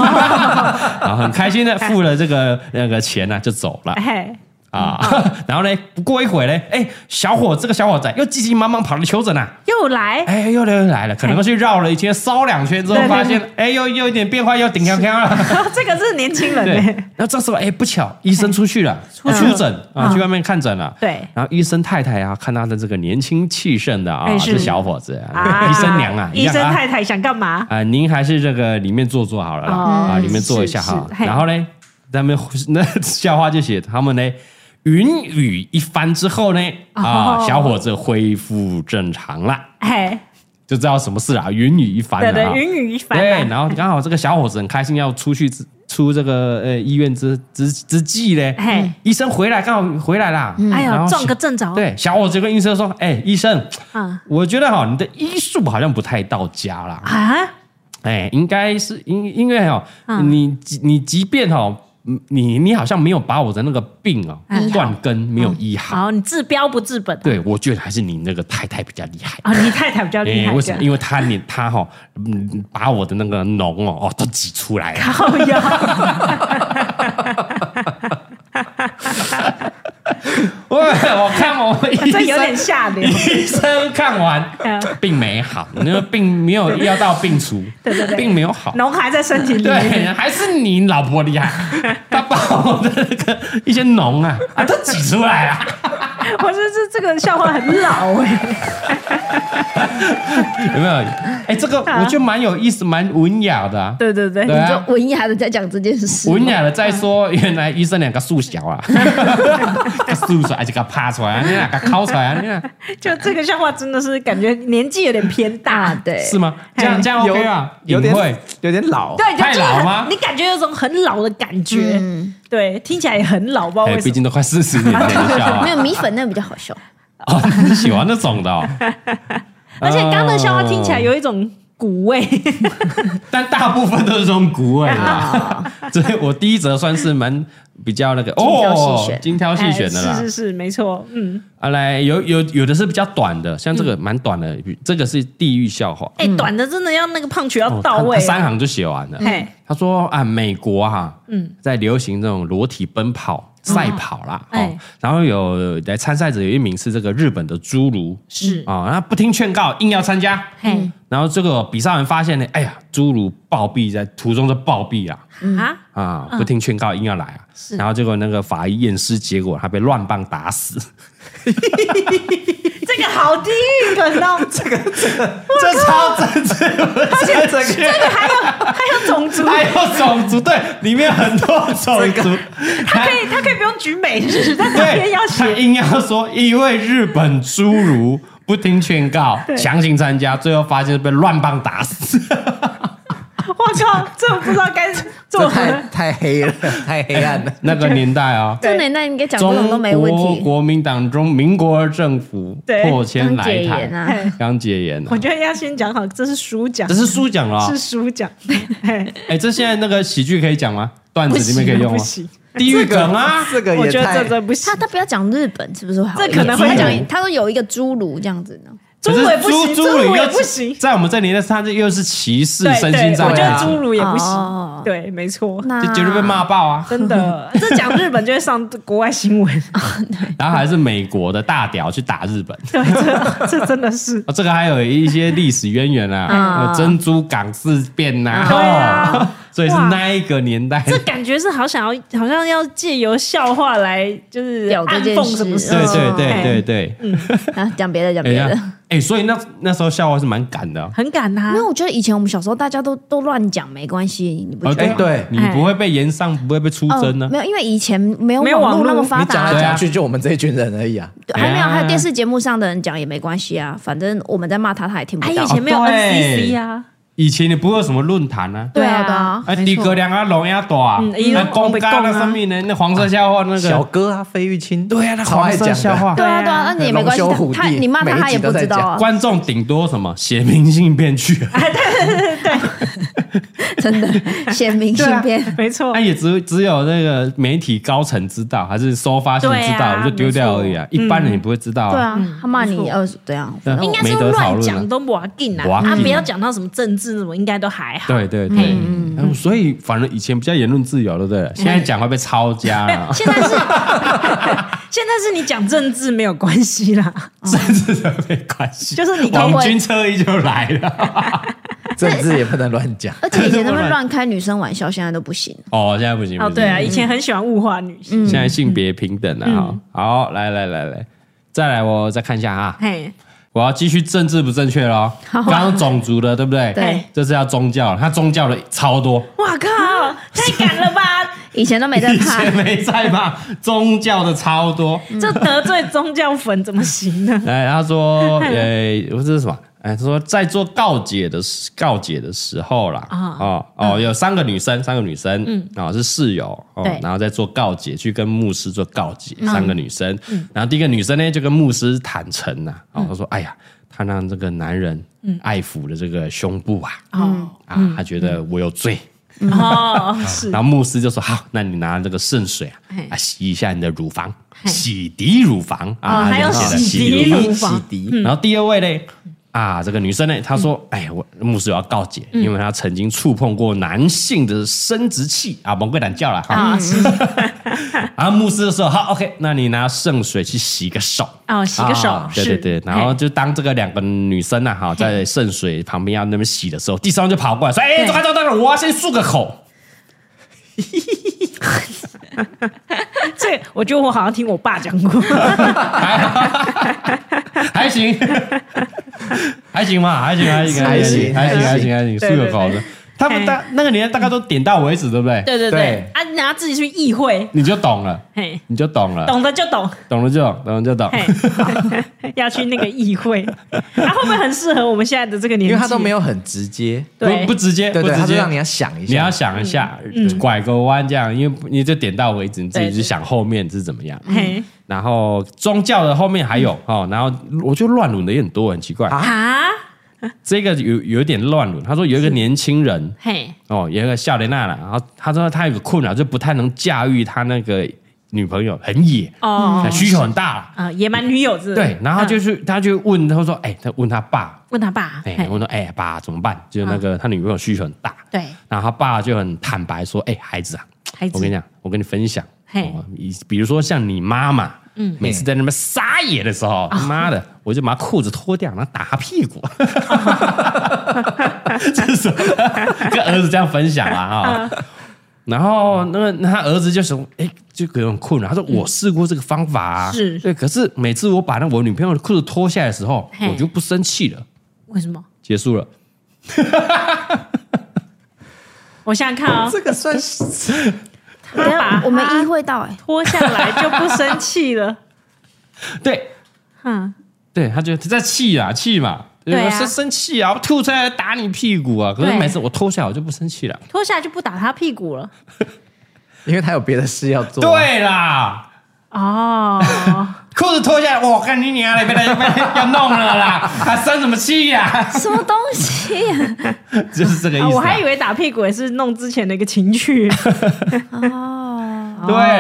啊，很开心的付了这个那个钱呢，就走了。哎，啊， (laughs) 然后呢，不过一会呢，哎，小伙这个小伙子又急急忙忙跑来求诊啊，又来，哎，又来又来了，可能去绕了一圈，烧两圈之后对对发现，哎，又又有点变化，又顶天天了。哦这个是年轻人对哎，，那这时候哎，不巧，医生出去了，出去出诊嗯啊，去外面看诊了。对然后医生太太啊，看到的这个年轻气盛的啊哎，是这小伙子啊啊，医生娘啊，一医样生啊太太想干嘛？啊，您还是这个里面坐坐好了啦，哦啊，里面坐一下哈是是。嘿然后呢，他们那 (laughs) 笑话就写他们呢，云雨一番之后呢，啊，哦小伙子恢复正常了，哎，就知道什么事啊，云雨一番对了对啊，。云雨一番对，啊，然后刚好这个小伙子很开心要出去之出这个呃医院之之之际嘞嘿，医生回来刚好回来啦，哎然呦，后撞个正着，对，小伙子跟医生说，哎，医生，啊我觉得哈你的医术好像不太到家啦。啊，哎，应该是因因为哦，嗯你即你即便哦，嗯你你好像没有把我的那个病哦嗯断根没有医好，好，你治标不治本，对我觉得还是你那个太太比较厉害。啊，你太太比较厉哎害，为什么？这样？因为他你他哈、嗯，把我的那个脓哦哦都挤出来了，靠腰，我我看我们 (laughs) 医这有生点 (laughs) 下流。医生看完嗯并没好，那个病没有药到病 (laughs) 除，对对对并没有好。脓还在身体里对，面，还是你老婆厉害，她把我的那个一些脓啊 (laughs) 啊都挤出来啊了。我是这这个笑话很老哎、有没有？哎、这个我觉得蛮有意思，蛮文雅的、啊。对对 (laughs) 对，对啊，文雅的在讲这件事，文雅的再说，原来医生两个素小 (laughs) 啊，个素出来就个趴出来，你两个抠出来，你俩就这个笑话真的是感觉年纪有点偏大， (laughs) 啊，对，是吗？这样这样 OK 啊？有隐点晦有点老，对，就啊太就是很老吗嗯你感觉有种很老的感觉，对，听起来也很老，不知道哎，为毕什么。竟都快四十年前的笑 (laughs) 话没有米粉那个比较好笑， (laughs) 哦，你喜欢那种的哦？哦而且刚刚的笑话听起来有一种 (laughs) 股味，但大部分都是这种股味啦，啊 (laughs) 所以我第一则算是蛮比较那个精挑细哦选，精挑细选的哎啦是。是是，没错，嗯，啊，来有有有的是比较短的，像这个蛮短的，这个是地狱笑话，哎，短的真的要那个胖曲要嗯哦到位啊他他，三行就写完了。嘿，他说啊，美国哈、嗯在流行这种裸体奔跑、赛跑啦，哦，啊哎然后有来参赛者有一名是这个日本的侏儒，是啊，那、不听劝告，硬要参加，嘿，然后这个比赛完发现呢，哎呀，侏儒暴毙在途中就暴毙啊，啊，啊，不听劝告硬要来啊，然后结果那个法医验尸结果他被乱棒打 (laughs) 死，这个好地狱梗哦，这超真实，而且这个还有种族，还有种族对，里面很多种族，他可以他可以不用举美日，他偏对，要他写硬要说一位日本侏儒不听劝告，强行参加，最后发现被乱棒打 (laughs) 死。我靠，这我不知道该做这什太么。太黑了，太黑暗 (laughs) 了。那个年代啊、这年代应该讲这种都中没问国题。国民党中民国政府对破千刚来解台严，啊，嘿刚解严、啊我。觉得要先讲好，这是书讲这，是书讲了、是哦，书讲，嘿哎、这现在那个喜剧可以讲吗？段不子里面行可以用啊 (laughs) 不吗？行，地狱梗啊，这个我也觉得太这真不行他。他不要讲日本，是不是会好一这点？可能会他有讲，他说有一个侏儒这样子呢。侏儒也不行，可是侏儒也又不行。在我们这里，那他这又是歧视对身对，心障我觉碍得啊，侏儒也不行哦。对，没错，那就绝对被骂爆 (laughs) 啊。(laughs) 真的，这讲日本就会上国外新闻。然后还是美国的大屌去打日本，啊对，这这真的是。啊，这个还有一些历史渊源啊，嗯呃珍珠港事变呐、对啊哦所以是那一个年代， (laughs) 这感觉是好想要，好像要借由笑话来，就是屌这暗件讽什么事事对情对 (laughs) 对哎对对， (laughs) 啊，讲别的，讲哎别呀的。，哎，所以那那时候笑话是蛮赶的、哦。很敢啊呐没。有，我觉得以前我们小时候大家都都乱讲，没关系，你不觉哎得？哦对对你不会被延上，不会被出征呢、没有，因为以前没有没有网网络络那么发你讲达对来啊啊，讲去就我们这一群人而已啊。对还没有，哎呀还有电视节目上的人讲也没关系啊，反正我们在骂他，他也听不哎，到以。前没有哦对 NCC 啊， (laughs) 以前你不会有什么论坛啊，对对啊啊，对啊，哎，诸葛亮啊，龙呀大啊嗯哎，呦那公我被干讲那啊上面呢，那黄色笑话那小个，哥啊，费玉清，对啊，那超黄爱色讲笑的。话，对啊，对啊，对啊那你也没关系龙兄虎，弟他你骂他，他也不知道啊，观众顶多什么写明信片去、啊， (laughs) 真的写明信片，没错那、。也只只有那个媒体高层知道，还是收发信知对道，啊就丢掉而已啊。一般人也不会知道、对啊，他骂嗯没你错呃，对啊，反正应我该是没得讨乱论啊讲都不要紧不要啊，紧啊啊，不要讲到什么政治什么，应该都还好。对对对，嗯所以反正以前比较言论自由，对不嗯对？现在讲会被抄家没有，啊， (laughs) 现在是现在是你讲政治没有关系 (laughs) 啦， (laughs) 甚至都没关 (laughs) 系。就是你可以网军车衣就来了。政治也不能乱 (laughs) 讲。而且以前他们乱开女生玩笑，现在都不行。哦，现在不行哦，对啊，嗯不以行前很喜欢物化女性，现在性别平等了嗯啊。好，来来来来，再来我再看一下啊，嘿，我要继续政治不正确喽。啊刚刚种族的对不对？对，这是要宗教了，他宗教的超多。哇靠，太敢了吧！以前都没 (laughs) 在以怕，前没在吧？宗教的超多。这得罪宗教粉怎么行呢？ (laughs) 哎，他 (laughs) 说，呃，我这是什么？哎，他说在做告解的时告解的时候啦，啊哦哦，有三个女生，三个女生，嗯，啊是室友，哦对，然后在做告解，去跟牧师做告解，三个女生，然后第一个女生呢就跟牧师坦诚呐，哦，她说，哎呀，她让这个男人爱抚了这个胸部啊，哦啊，她觉得我有罪， (laughs) 哦，是然后牧师就说：“好，那你拿这个圣水啊嘿，啊洗一下你的乳房，洗涤乳房啊，哦还有这样子的洗洗涤乳乳嗯房。房涤 (laughs) 然后第二位嘞，啊，这个女生呢，她说：“嗯哎，我牧师我要告解，因为她曾经触碰过男性的生殖器啊，蒙贵胆叫了哈。(laughs) 啊，是然后牧师就说：好，OK，那你拿圣水去洗个手。”哦，洗个手啊，对是对对，然后就当这个两个女生呐、哈，在圣水旁边要那边洗的时候，第三就跑过来说：“哎、对走开走开，我要先漱个口。嘿这我觉得我好像听我爸讲过，还行，还行嘛，还行，还行，还行，行还行，还行还行，还行，对漱对个口的对。哎他们大那个年代大概都点到为止，对不对？对对对对，啊，然后自己去议会，你就懂了，嘿，你就懂了，懂的就懂，懂了就懂，懂了就懂。嘿， (laughs) 要去那个议会，啊，会不会很适合我们现在的这个年因纪？为他都没有很直接，对嗯不不直接，对哎不对，直他就接让你。要想一下，你要想一下，拐个弯这样，因为你就点到为止，你自己去想后面是怎么样。嘿嗯然后宗教的后面还有哦，然后我就乱伦的也很多，很奇怪。啊啊，这个有有一点乱伦。他说有一个年轻人嘿，哦，有一个笑莲娜啦，然后他说他有个困扰，就不太能驾驭他那个女朋友，很野，哦，需求很大。啊，野蛮女友是不是？嗯对，然后就嗯是他就问，他说：“哎，他问他爸，问他爸，哎、嘿嗯我说：“哎、爸，怎么办？”就是那个他女朋友需求很大，对，然后他爸就很坦白说：“哎、孩子啊，孩子，我跟你讲，我跟你分享，嘿哦以、比如说像你妈妈，嗯，每次在那边撒野的时哦候，妈的，我就把她裤子脱掉，然后打她屁股， (laughs) 这是跟儿子这样分享啊啊。嗯 (laughs) 然后那个那他儿子就说：“哎、就有点困扰。”他说：“我试过这个方法、啊，嗯是对，可是每次我把那我女朋友的裤子脱下来的时候，嘿我就不生气了。为什么？”结束了，我想想看啊、这个算是 (laughs) 他 (laughs) 把我们他意会到哎、脱下来就不生气了，对，哼，对，他就在气啊，气嘛，对啊生生气啊，我吐出来打你屁股啊。可是对每次我脱下来，我就不生气了。脱下来就不打他屁股了。因为他有别的事要做。，啊对啊啦，哦，裤子脱下来，我看你娘的，别来别来要弄了 (laughs) 啦，还生什么气呀、 (laughs) 什么东西啊呀、就是这个意思啊、我还以为打屁股也是弄之前的一个情趣，对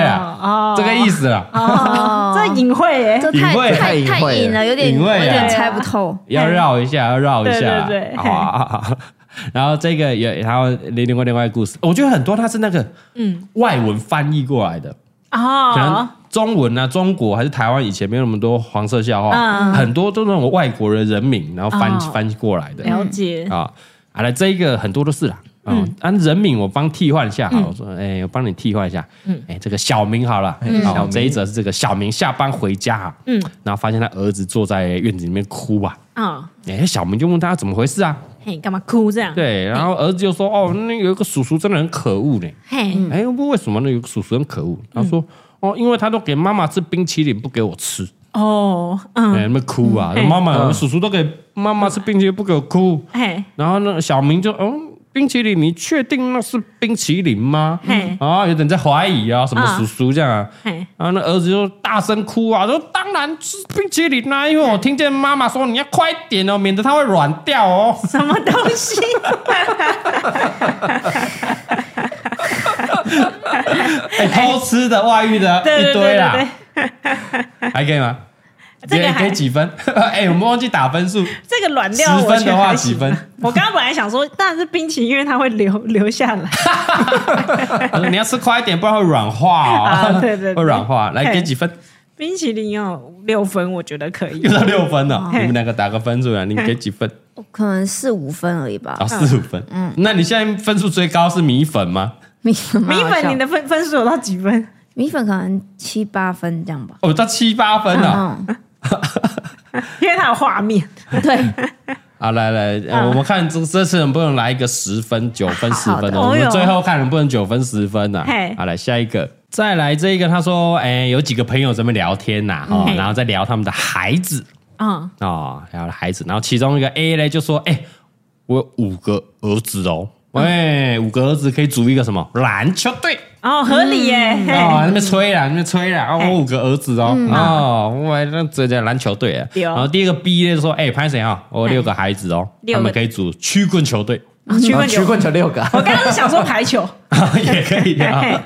啊，哦，这个意思啊啦，哦， (laughs) 这隐晦耶、这隐晦太太太隐太晦隐了了，有点隐晦我有点啊猜不透。要绕一下，要绕一下，对对对好啊。好啊好啊 (laughs) 然后这个也，然后另外另外一个故事，我觉得很多它是那个嗯外文翻译过来的，可能哦，中文啊，中国还是台湾以前没有那么多黄色笑话，嗯很多都是那种外国人人名，然后翻、哦翻过来的了解，啊。啊，来这一个很多都是啦。嗯，按人名我帮替换一下好了，我说，哎、我帮你替换一下，嗯，哎、这个小明好了，嗯，好，这一则是这个小明下班回家啊，嗯，然后发现他儿子坐在院子里面哭啊，嗯，哎、小明就问他怎么回事啊，嘿，干嘛哭这样？，对，然后儿子就说，哦，那有一个叔叔真的很可恶呢、嘿，哎、不为什么那个叔叔很可恶？嗯他说、哦，因为他都给妈妈吃冰淇淋，不给我吃，哦，嗯，哎、那么哭啊，嗯妈妈、嗯叔叔都给妈妈吃冰淇淋，不给我哭。嘿，然后呢，小明就嗯，冰淇淋，你确定那是冰淇淋吗？嘿，啊，有点在怀疑啊，什么嗯叔叔这样啊？嘿，然后那儿子就大声哭啊，说当然是冰淇淋啦、因为我听见妈妈说你要快点哦，免得它会软掉哦。 (laughs) 什么东西？ (laughs) 哎、偷吃的、外遇的 (laughs) 对对一堆啊对对啦，对，还可以吗？这个给还给几分？ (laughs) 哎、我们忘记打分数。这个软十料我分觉得的话还几行分？我刚刚本来想说，当然是冰淇淋，因为它会流流下来。 (laughs) 他说你要吃快一点，不然会软化哦。 (laughs) 啊对对 (laughs) 对会软化。来嘿给几分？冰淇淋哦，六分我觉得可 (laughs) 以又。到六分了，你哦嘿嗯们两个打个分数啊，你给几分？我可能四五分而已吧啊，。四五分。嗯，那你现在分数最高是米粉吗？米粉蛮米好笑，粉，你的分分数有到几分？ (laughs) 米粉可能七八分这样吧。哦，到七八分了。嗯，因为它有画面。对，好，来来，呃我们看这这次能不能来一个十分、九分、十好分的？哦我哟们最后看能不能九分、十分呐嘿。好，来下一个。再来这一个，他说，哎，有几个朋友在那边聊天呐，哦嘿，然后在聊他们的孩子，嗯，哦，然后孩子，然后其中一个 A 呢就说：“哎、我有五个儿子哦，喂、五个儿子可以组一个什么篮球队哦，合理耶。嘿 (laughs) 哦，那边吹啦，那边吹哎啦，哦，我五个儿子哦，哦，我那这叫篮球队啊。嗯对哦然后第二个 B 呢就说：哎、潘谁啊，我有六个孩子哦，六他个们可以组曲棍球队。” (laughs) 哦曲棍曲球。棍球六个啊，我刚刚是想说排球。哦也可以嘿啊。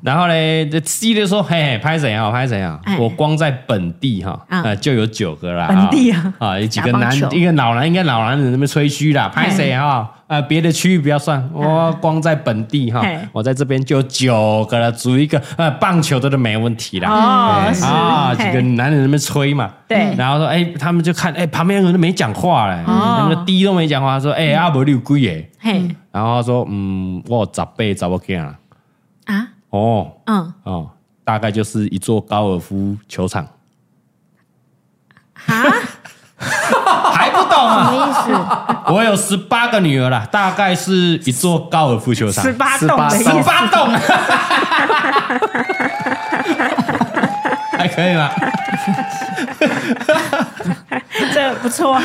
然后嘞这，C 就说：“嘿，拍谁啊？拍谁啊哎？我光在本地哈，啊呃，就有九个啦。本地啊，啊，有几个打男棒球，一个老男，一个老男人在那边吹嘘啦，哎拍谁啊？啊，别的区域不要算，我光在本地哈嘿，我在这边就有九个了，组一个呃棒球的都没问题啦。哦，(laughs) 是啊，几个嘿男人在那边吹嘛，对然后说，哎，他们就看，哎，旁边有人都没讲话嘞，哦嗯那个 D 都没讲话，说，哎，阿伯六龟耶，嘿然后他说，嗯，我有十倍十我囝啦。啊，哦嗯，哦，大概就是一座高尔夫球场，哈， (laughs) 还不懂什啊？么意思？我有十八个女儿啦，大概是一座高尔夫球场十，八洞的十意思。八 (laughs) 栋，还可以吗？这个 (laughs) 不错，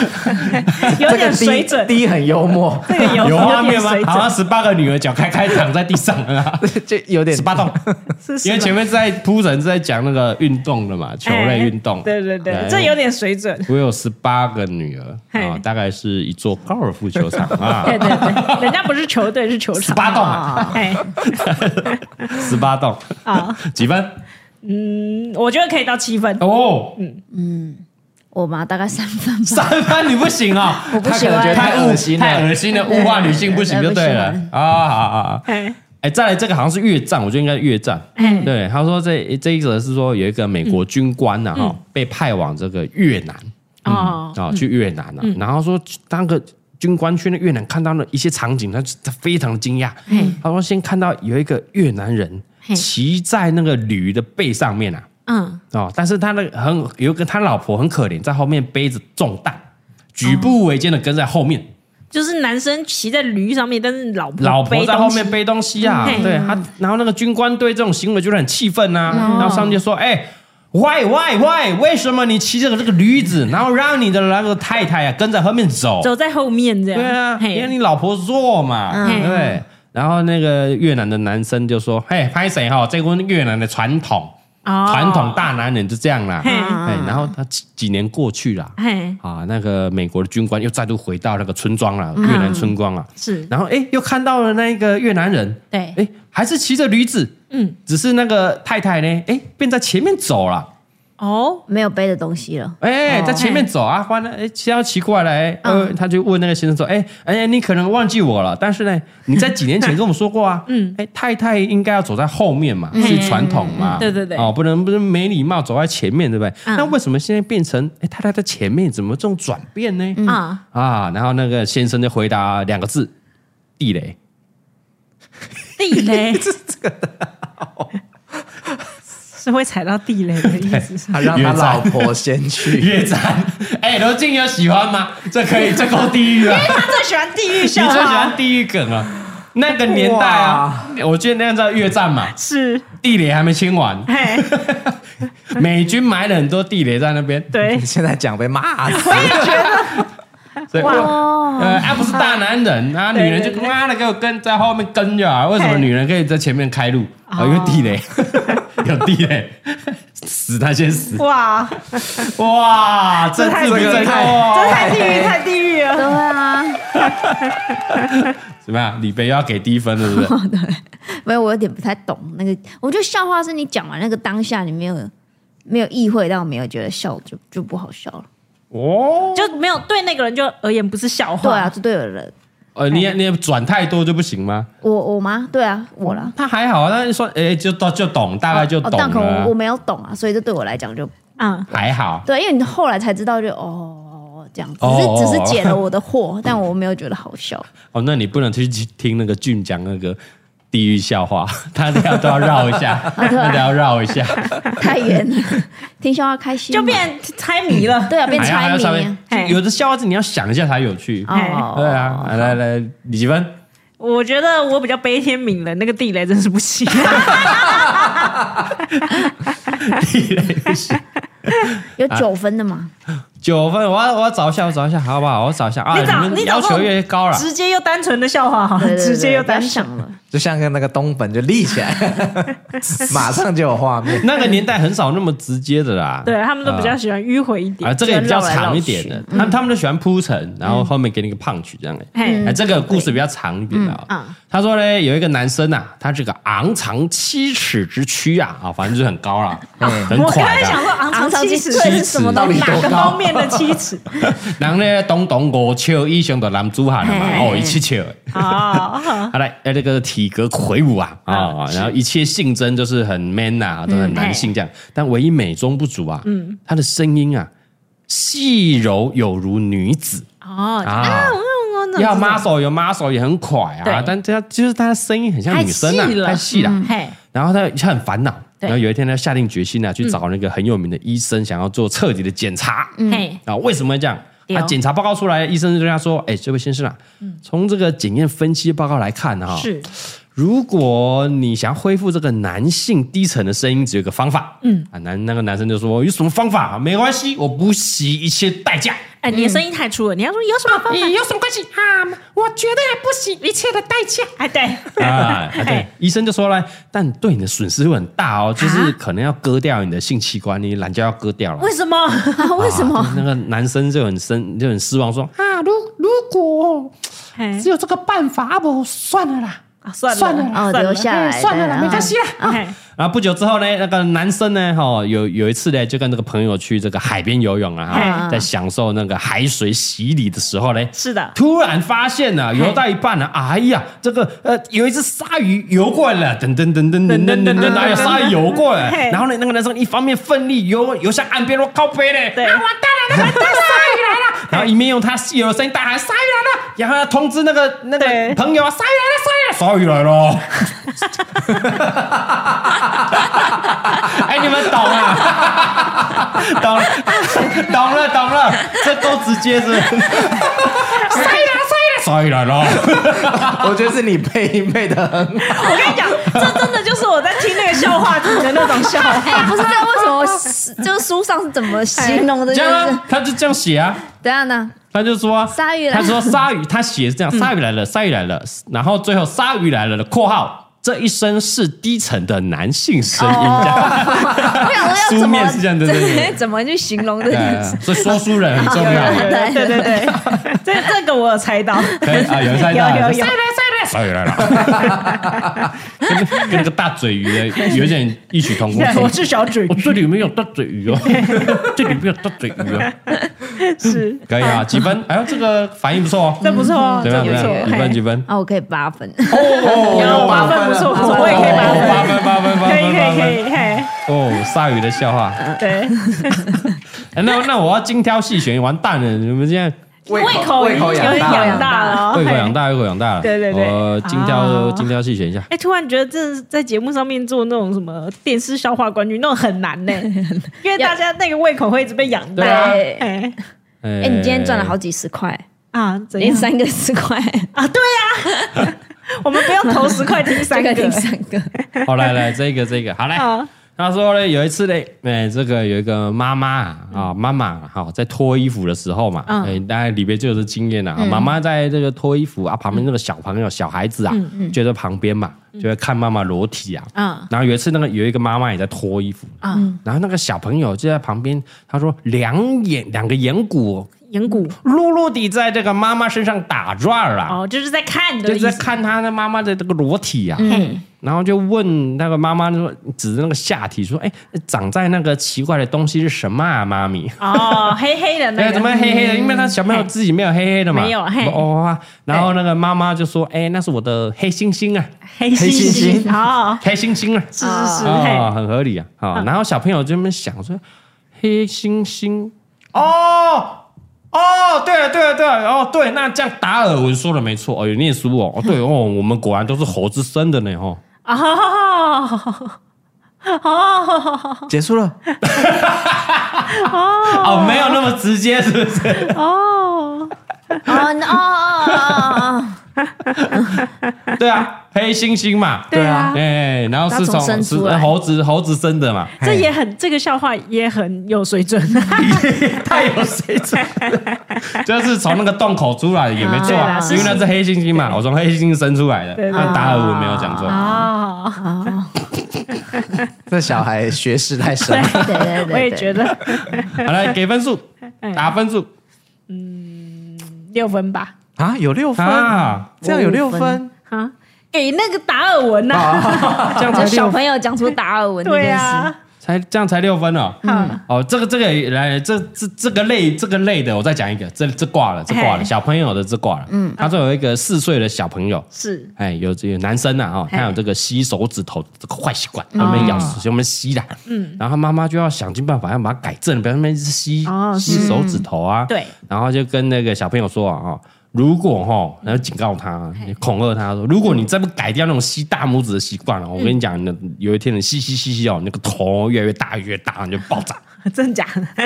(laughs) 有这个点水低准，低很幽 (laughs) 默，这个有有画点面吗水？好像准，十八个女儿脚开开躺在地上了 (laughs) 啊， (laughs) 就有点十八洞。是 (laughs) 是因为前吧面在铺陈是在讲那个运动的嘛，球类运动。哎对对对，这有。点水 (laughs) 准。我有十八个女儿嘿啊，大概是一座高尔夫球 (laughs) 场啊，对对对，人家不是球队，是球十场。八洞啊，哎，十八洞啊， (laughs) 几分？嗯我觉得可以到七分。哦，我嘛大概三分吧。三分你不行啊，我不他喜可能欢觉得太太恶心太了。恶心了，物化女性不行就对了对对啊！好好好，哎，哎，再来这个好像是越战，我觉得应该是越战。哎对，他说这这一则是说有一个美国军官呐、哈、嗯被派往这个越南哦，啊、去越南啊，然后说当个军官去那越南看到了一些场景，他他非常惊讶。他说先看到有一个越南人嘿骑在那个驴的背上面啊，嗯，哦，但是他的很有一个他老婆很可怜，在后面背着重担，举步维艰的跟在后面。就是男生骑在驴上面，但是老婆老婆背在东后西面哦背东西啊，嗯对他，然后那个军官对这种行为就是很气愤呐，然后上面就说，哎。Why why why？为什么你骑着这个驴子，然后让你的那个太太啊跟在后面走？走在后面这样。对啊，嘿因为你老婆弱嘛，嗯对。然后那个越南的男生就说：“嘿，拍谁哈？这跟越南的传统，哦传统大男人就这样啦。”嘿嗯嗯哎，然后他几几年过去了，嘿啊，那个美国的军官又再度回到那个村庄嗯了，越南村庄啊，是然后哎，诶又看到了那个越南人，对哎，还是骑着驴子，嗯，只是那个太太呢，哎，便在前面走了，哦，没有背的东西了，哎，在前面走啊，完了，哎，骑到奇怪了，哎，嗯呃，他就问那个先生说，哎，哎，你可能忘记我了，但是呢，你在几年前跟我说过 (laughs) 啊，嗯，哎，太太应该要走在后面嘛，是传统嘛，嗯对对对嗯哦，不能不能没礼貌走在前面，对不对？那为什么现在变成哎太太在前面，怎么这种转变呢？啊，啊，然后那个先生就回答两个字：地雷。地 (laughs) 雷，这这个哦是会踩到地雷的意思是他吗。让他越战老婆先去，越战， (laughs) 哎、罗晋有喜欢吗？这可 (laughs) 以，这够地狱啊！ (laughs) 他最喜欢地狱你最笑喜话，欢地狱梗啊？那个年代啊，我记得那样叫越战嘛，是地雷还没清完，嘿，美军埋了很多地雷在那边。 (laughs) 对，现在讲被骂死。所以呃，啊不是大男人啊，女对人就对对妈的给我跟在后面跟就好了。为什么嘿女人可以在前面开路？啊，因为地雷 (laughs) 有地雷，死他先死。哇，哇，政太治不这个正确太这哦，太地狱，太地狱了。对啊，怎么样？李贝又要给低分了，是不是？没有，我有点不太懂那个。我觉得笑话是你讲完那个当下，你没有没有意会到，没有觉得笑就就不好笑了。哦，就没有对那个人就而言不是笑话。对啊，，这对的人，呃，你也你也转太多就不行吗？我我吗？对啊，我啦。他还好，但是说，哎，就到就懂，大概就哦懂但可了能我，没有懂啊，所以这对我来讲就嗯，还好。对，因为你后来才知道就哦这样子，只哦哦哦是只是解了我的惑， (laughs) 但我没有觉得好笑。哦，那你不能去听那个俊讲那个地狱笑话， (laughs) 他都要都要绕一下， (laughs) 他对啊都要绕一下，太远了，听笑话开心嘛就变猜谜了。对啊，变还哎要还猜要谜稍微啊。嘿有的笑话是你要想一下才有趣。哦，对啊，来来来，李奇芬，我觉得我比较悲天悯人，那个地雷真是不行。地雷不行有九分的嘛？ (laughs) 九分，我要我要找一下，我找一下，好不好？我找一下啊，你找们你找要这求种越高了， (laughs) 直接又单纯的笑话哈，对对对直接又不要单纯想。了，就像跟那个东本就立起来，马上就有画面。那个年代很少那么直接的啦。对他们都比较喜欢迂回一啊，点。这个也比较长一点的，他嗯们他们都喜欢铺陈，然后后面给你个 punch 这样的。嘿嗯哎，这个故事比较长一点的嗯啊嗯。他说呢，有一个男生啊，他这个昂藏七尺之躯啊，啊，反正就是很高了，很我刚垮才的想啊。说昂昂藏藏七七尺尺对是什么哪东西？个方面的七尺然后呢，东东五尺以上的男子汉了嘛，嘿哦，一七尺的。 (laughs) 啊？他来，呃，这个体格魁梧啊，啊、啊然后一切性征就是很 man 呐、都很男性这样。但唯一美中不足啊，嗯，他的声音啊，细柔有如女子哦啊，要 muscle 有 muscle 也很快啊对，但他就是他的声音很像女生啊，太细了。嗯嘿，然后他他很烦恼，对嗯然后有一天他下定决心啊，去找那个很有名的医生，想要做彻底的检查。嗯嘿，啊，为什么会这样？嗯对哦嗯啊，检查报告出来，医生就跟他说：“哎、这位先生啊，从这个检验分析报告来看哈、是如果你想要恢复这个男性低沉的声音，只有一个方法。嗯啊，男那个男生就说有什么方法？没关系，我不惜一切代价哎，你的声音太粗了，你要说有什么方法？嗯有什么关系啊？我觉得还不行，一切的代价。哎，对， (laughs) 哎啊，对，医生就说了，但对你的损失会很大哦，啊就是可能要割掉你的性器官，你懒觉要割掉了。为什 (laughs) 么？啊为什么？啊那个男生就很生就很失望，说啊，如如果哎只有这个办法，啊不算了啦。啊算了算了哦，留下来哎算了啦，没关系啦。啊哎然后不久之后呢，那个男生呢，哈、有有一次呢，就跟那个朋友去这个海边游泳啊，哈嗯在享受那个海水洗礼的时候呢，是的突然发现呢、游到一半呢、哎呀，这个呃，有一只鲨鱼游过来了，噔噔噔噔噔噔噔噔，哎呀，鲨鱼游过来，嗯嘿然后呢，那个男生一方面奋力游游向岸边，我靠背嘞，对啊，完蛋了，那个鲨鱼来了，然后一面用他稀有的声音大喊鲨鱼来了，然后要通知那个那对个朋友啊，鲨鱼来了，鲨鱼来了，鲨鱼来了。 (laughs) 哎，你们懂啊？ (laughs) 懂了，懂了，懂了，这够直接是不 (laughs) 是。鲨鱼来了，鲨鱼来了，我觉得是你配音配的很好，我跟你讲，这真的就是我在听那个笑话的那种笑话。哎，不是这样，为什么？就是 (laughs) 书上是怎么形容的？这就样是啊，他就这样写啊，怎样呢？他就说啊鲨鱼来嗯他说鲨鱼，他写是这样，鲨鱼来了，鲨鱼来了，然后最后鲨鱼来了的括号。这一声是低沉的男性声音，哦这样我想说要书怎面是这么样对对对 (laughs) 怎么去形容这对件啊事？所以说书人很重有有要。啊 (laughs) 有 (laughs) 有对对对， (laughs) 这这个我有猜到，可以 (laughs) 啊，有猜到，有有有鲨鱼来了，跟那跟那个大嘴鱼的有点异曲同工 (laughs) 对，之我妙。是小嘴我这里没有大嘴 (laughs) 鱼哦，这里没有大嘴鱼哦，是，可以啊，几分？哎呦，这个反应不错哦，这不错哦，怎么这样？不怎么样？错几分？嘿几分？啊，我可以八分。有八分不错不错，我也可以八哦分，八分，八分，八哎可以分，可八以可分。以，嘿，哦，鲨鱼的笑话。对，哎那那我要精挑细选，完蛋了！你们现在胃口已胃经有口点养大养了。大了，哦胃口嘿养。大，胃口养大了。对对对我精挑精挑细选一下。哎，突然觉得这在节目上面做那种什么电视笑话冠军，那种很难 (laughs) 呢，因为大家那个胃口会一直被养对啊哎，大。哎 (laughs) 哎哎你今天赚了好几十块，啊，怎样连三个十块，啊？对啊，我们不用投十 (laughs) 块听三这 (laughs) 个，个顶 (laughs) 三个。 (laughs) 好，来来，这个这个，好来。好他说呢，有一次呢，哎、这个有一个妈妈啊嗯啊，妈妈好、在脱衣服的时候嘛，哎、大概里边就有这经验了、嗯啊。妈妈在这个脱衣服啊，旁边那个小朋友、小孩子啊，就在旁边嘛，就在看妈妈裸体啊。嗯然后有一次，那个有一个妈妈也在脱衣服，嗯啊，然后那个小朋友就在旁边，他说两眼两个眼骨眼骨落落地在这个妈妈身上打转儿啊。哦，就是在看的就意在思，嗯看他的妈妈的这个裸体啊，然后就问那个妈妈说，指着那个下体说：“哎，长在那个奇怪的东西是什么啊，妈咪？”哦，黑黑的那哎，个，怎么黑黑的？因为他小朋友嘿自己没有黑黑的嘛，没有嘿哦啊。然后那个妈妈就说：“哎，那是我的黑猩猩啊，黑猩猩猩？哦，黑猩猩啊，是是是，哦嘿，嗯很合理啊。”啊，然后小朋友就在那边想说：“黑猩猩，哦。”哦，对了，对了，对了，哦，对，那这样达尔文说的没错，哦，有念书哦，哦，对哦，我们果然都是猴子生的呢，哦，哦。哦结束了，哦，没有那么直接，是不是？哦，哦那哦哦哦哦 (laughs) 对啊，黑猩猩嘛，对啊，哎，然后是它从生从是呃出来猴子猴子生的嘛，这也很这个笑话也很有水准，太有水准，就是从那个洞口出来的也没错啊，对啦因为那是黑猩猩嘛，我从黑猩猩生出来的，对对那达尔文没有讲错。哦，这小孩学识太深了。 (laughs) 哦，对对对对，我也觉得好来给分数，打分数六分吧。啊，有六分，啊，这样有六分，啊，给那个达尔文呐、这样才就小六，朋友讲出达尔 (laughs) 文这对件呀事，、才这样才六分哦。哦，这个这个来，这这这个类这个类的，我再讲一个，这这挂了，这挂了，嘿小朋友的这挂了。嗯，他说有一个四岁的小朋友，是哎，有有男生呐、啊、哦，他有这个吸手指头这个坏习惯，哦他们咬死，他们吸的，嗯，然后他妈妈就要想尽办法要把它改正，不要那么一直吸、哦吸手指头啊，对，然后就跟那个小朋友说啊，哦，如果哈、哦，然后警告他，恐吓他说，如果你再不改掉那种吸大拇指的习惯了，我跟你讲，那有一天你吸吸吸吸哦，你那个头越来越大越大，你就爆炸，真假的？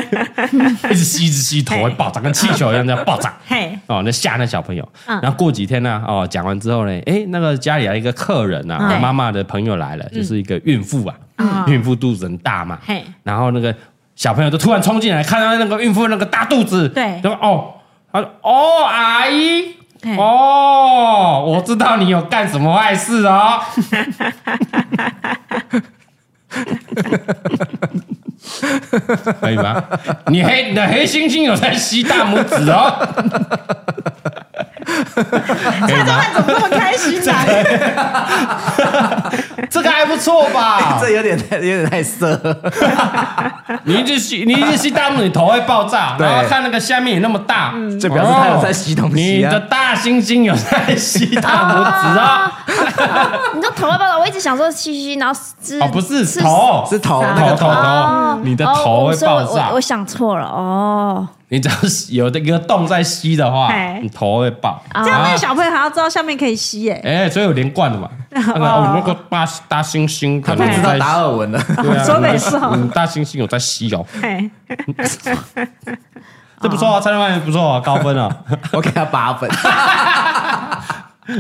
(laughs) 一直吸一直吸，头会爆炸，跟气球一样这样爆炸。 (laughs) 嘿，嗯哦，那吓那小朋友。然后过几天呢、哦，讲完之后呢，哎，那个家里来一个客人呐、啊，嗯妈妈的朋友来了，就是一个孕妇啊，嗯孕妇肚子很大嘛，嘿然后那个。小朋友就突然冲进来，看到那个孕妇那个大肚子，对然后哦，他说哦，阿姨嘿。哦，我知道你有干什么坏事 (laughs) 哦。可以吗？你黑你的黑猩猩有在吸大拇指哦。 (laughs) 可以吗？怎么那么开心啊？这个还不错吧？ (laughs) 这有点太有点太色了，你一直吸，你一直吸大拇指，你头会爆炸。对然后看那个下面也那么大，这表示他有在吸东你西啊的。大猩猩有在吸大拇指 (laughs) 啊？你知道头发包的，我一直想说嘻嘻，然后是哦，不是头，是头那头个头头，头，你的头会所以哦我爆炸我我。想错了哦，你只要有这个洞在吸的话哎，你头会爆。啊这样那个小朋友还要知道下面可以吸耶、哎，所以有连贯 (laughs) 的嘛。那个哦，那个大大猩猩他可不能知道在达尔文了。 (laughs) 对啊，说得也是哦嗯大猩猩有在吸哦，嘿这不错啊，蔡老板不错啊，高分啊。我给他八分，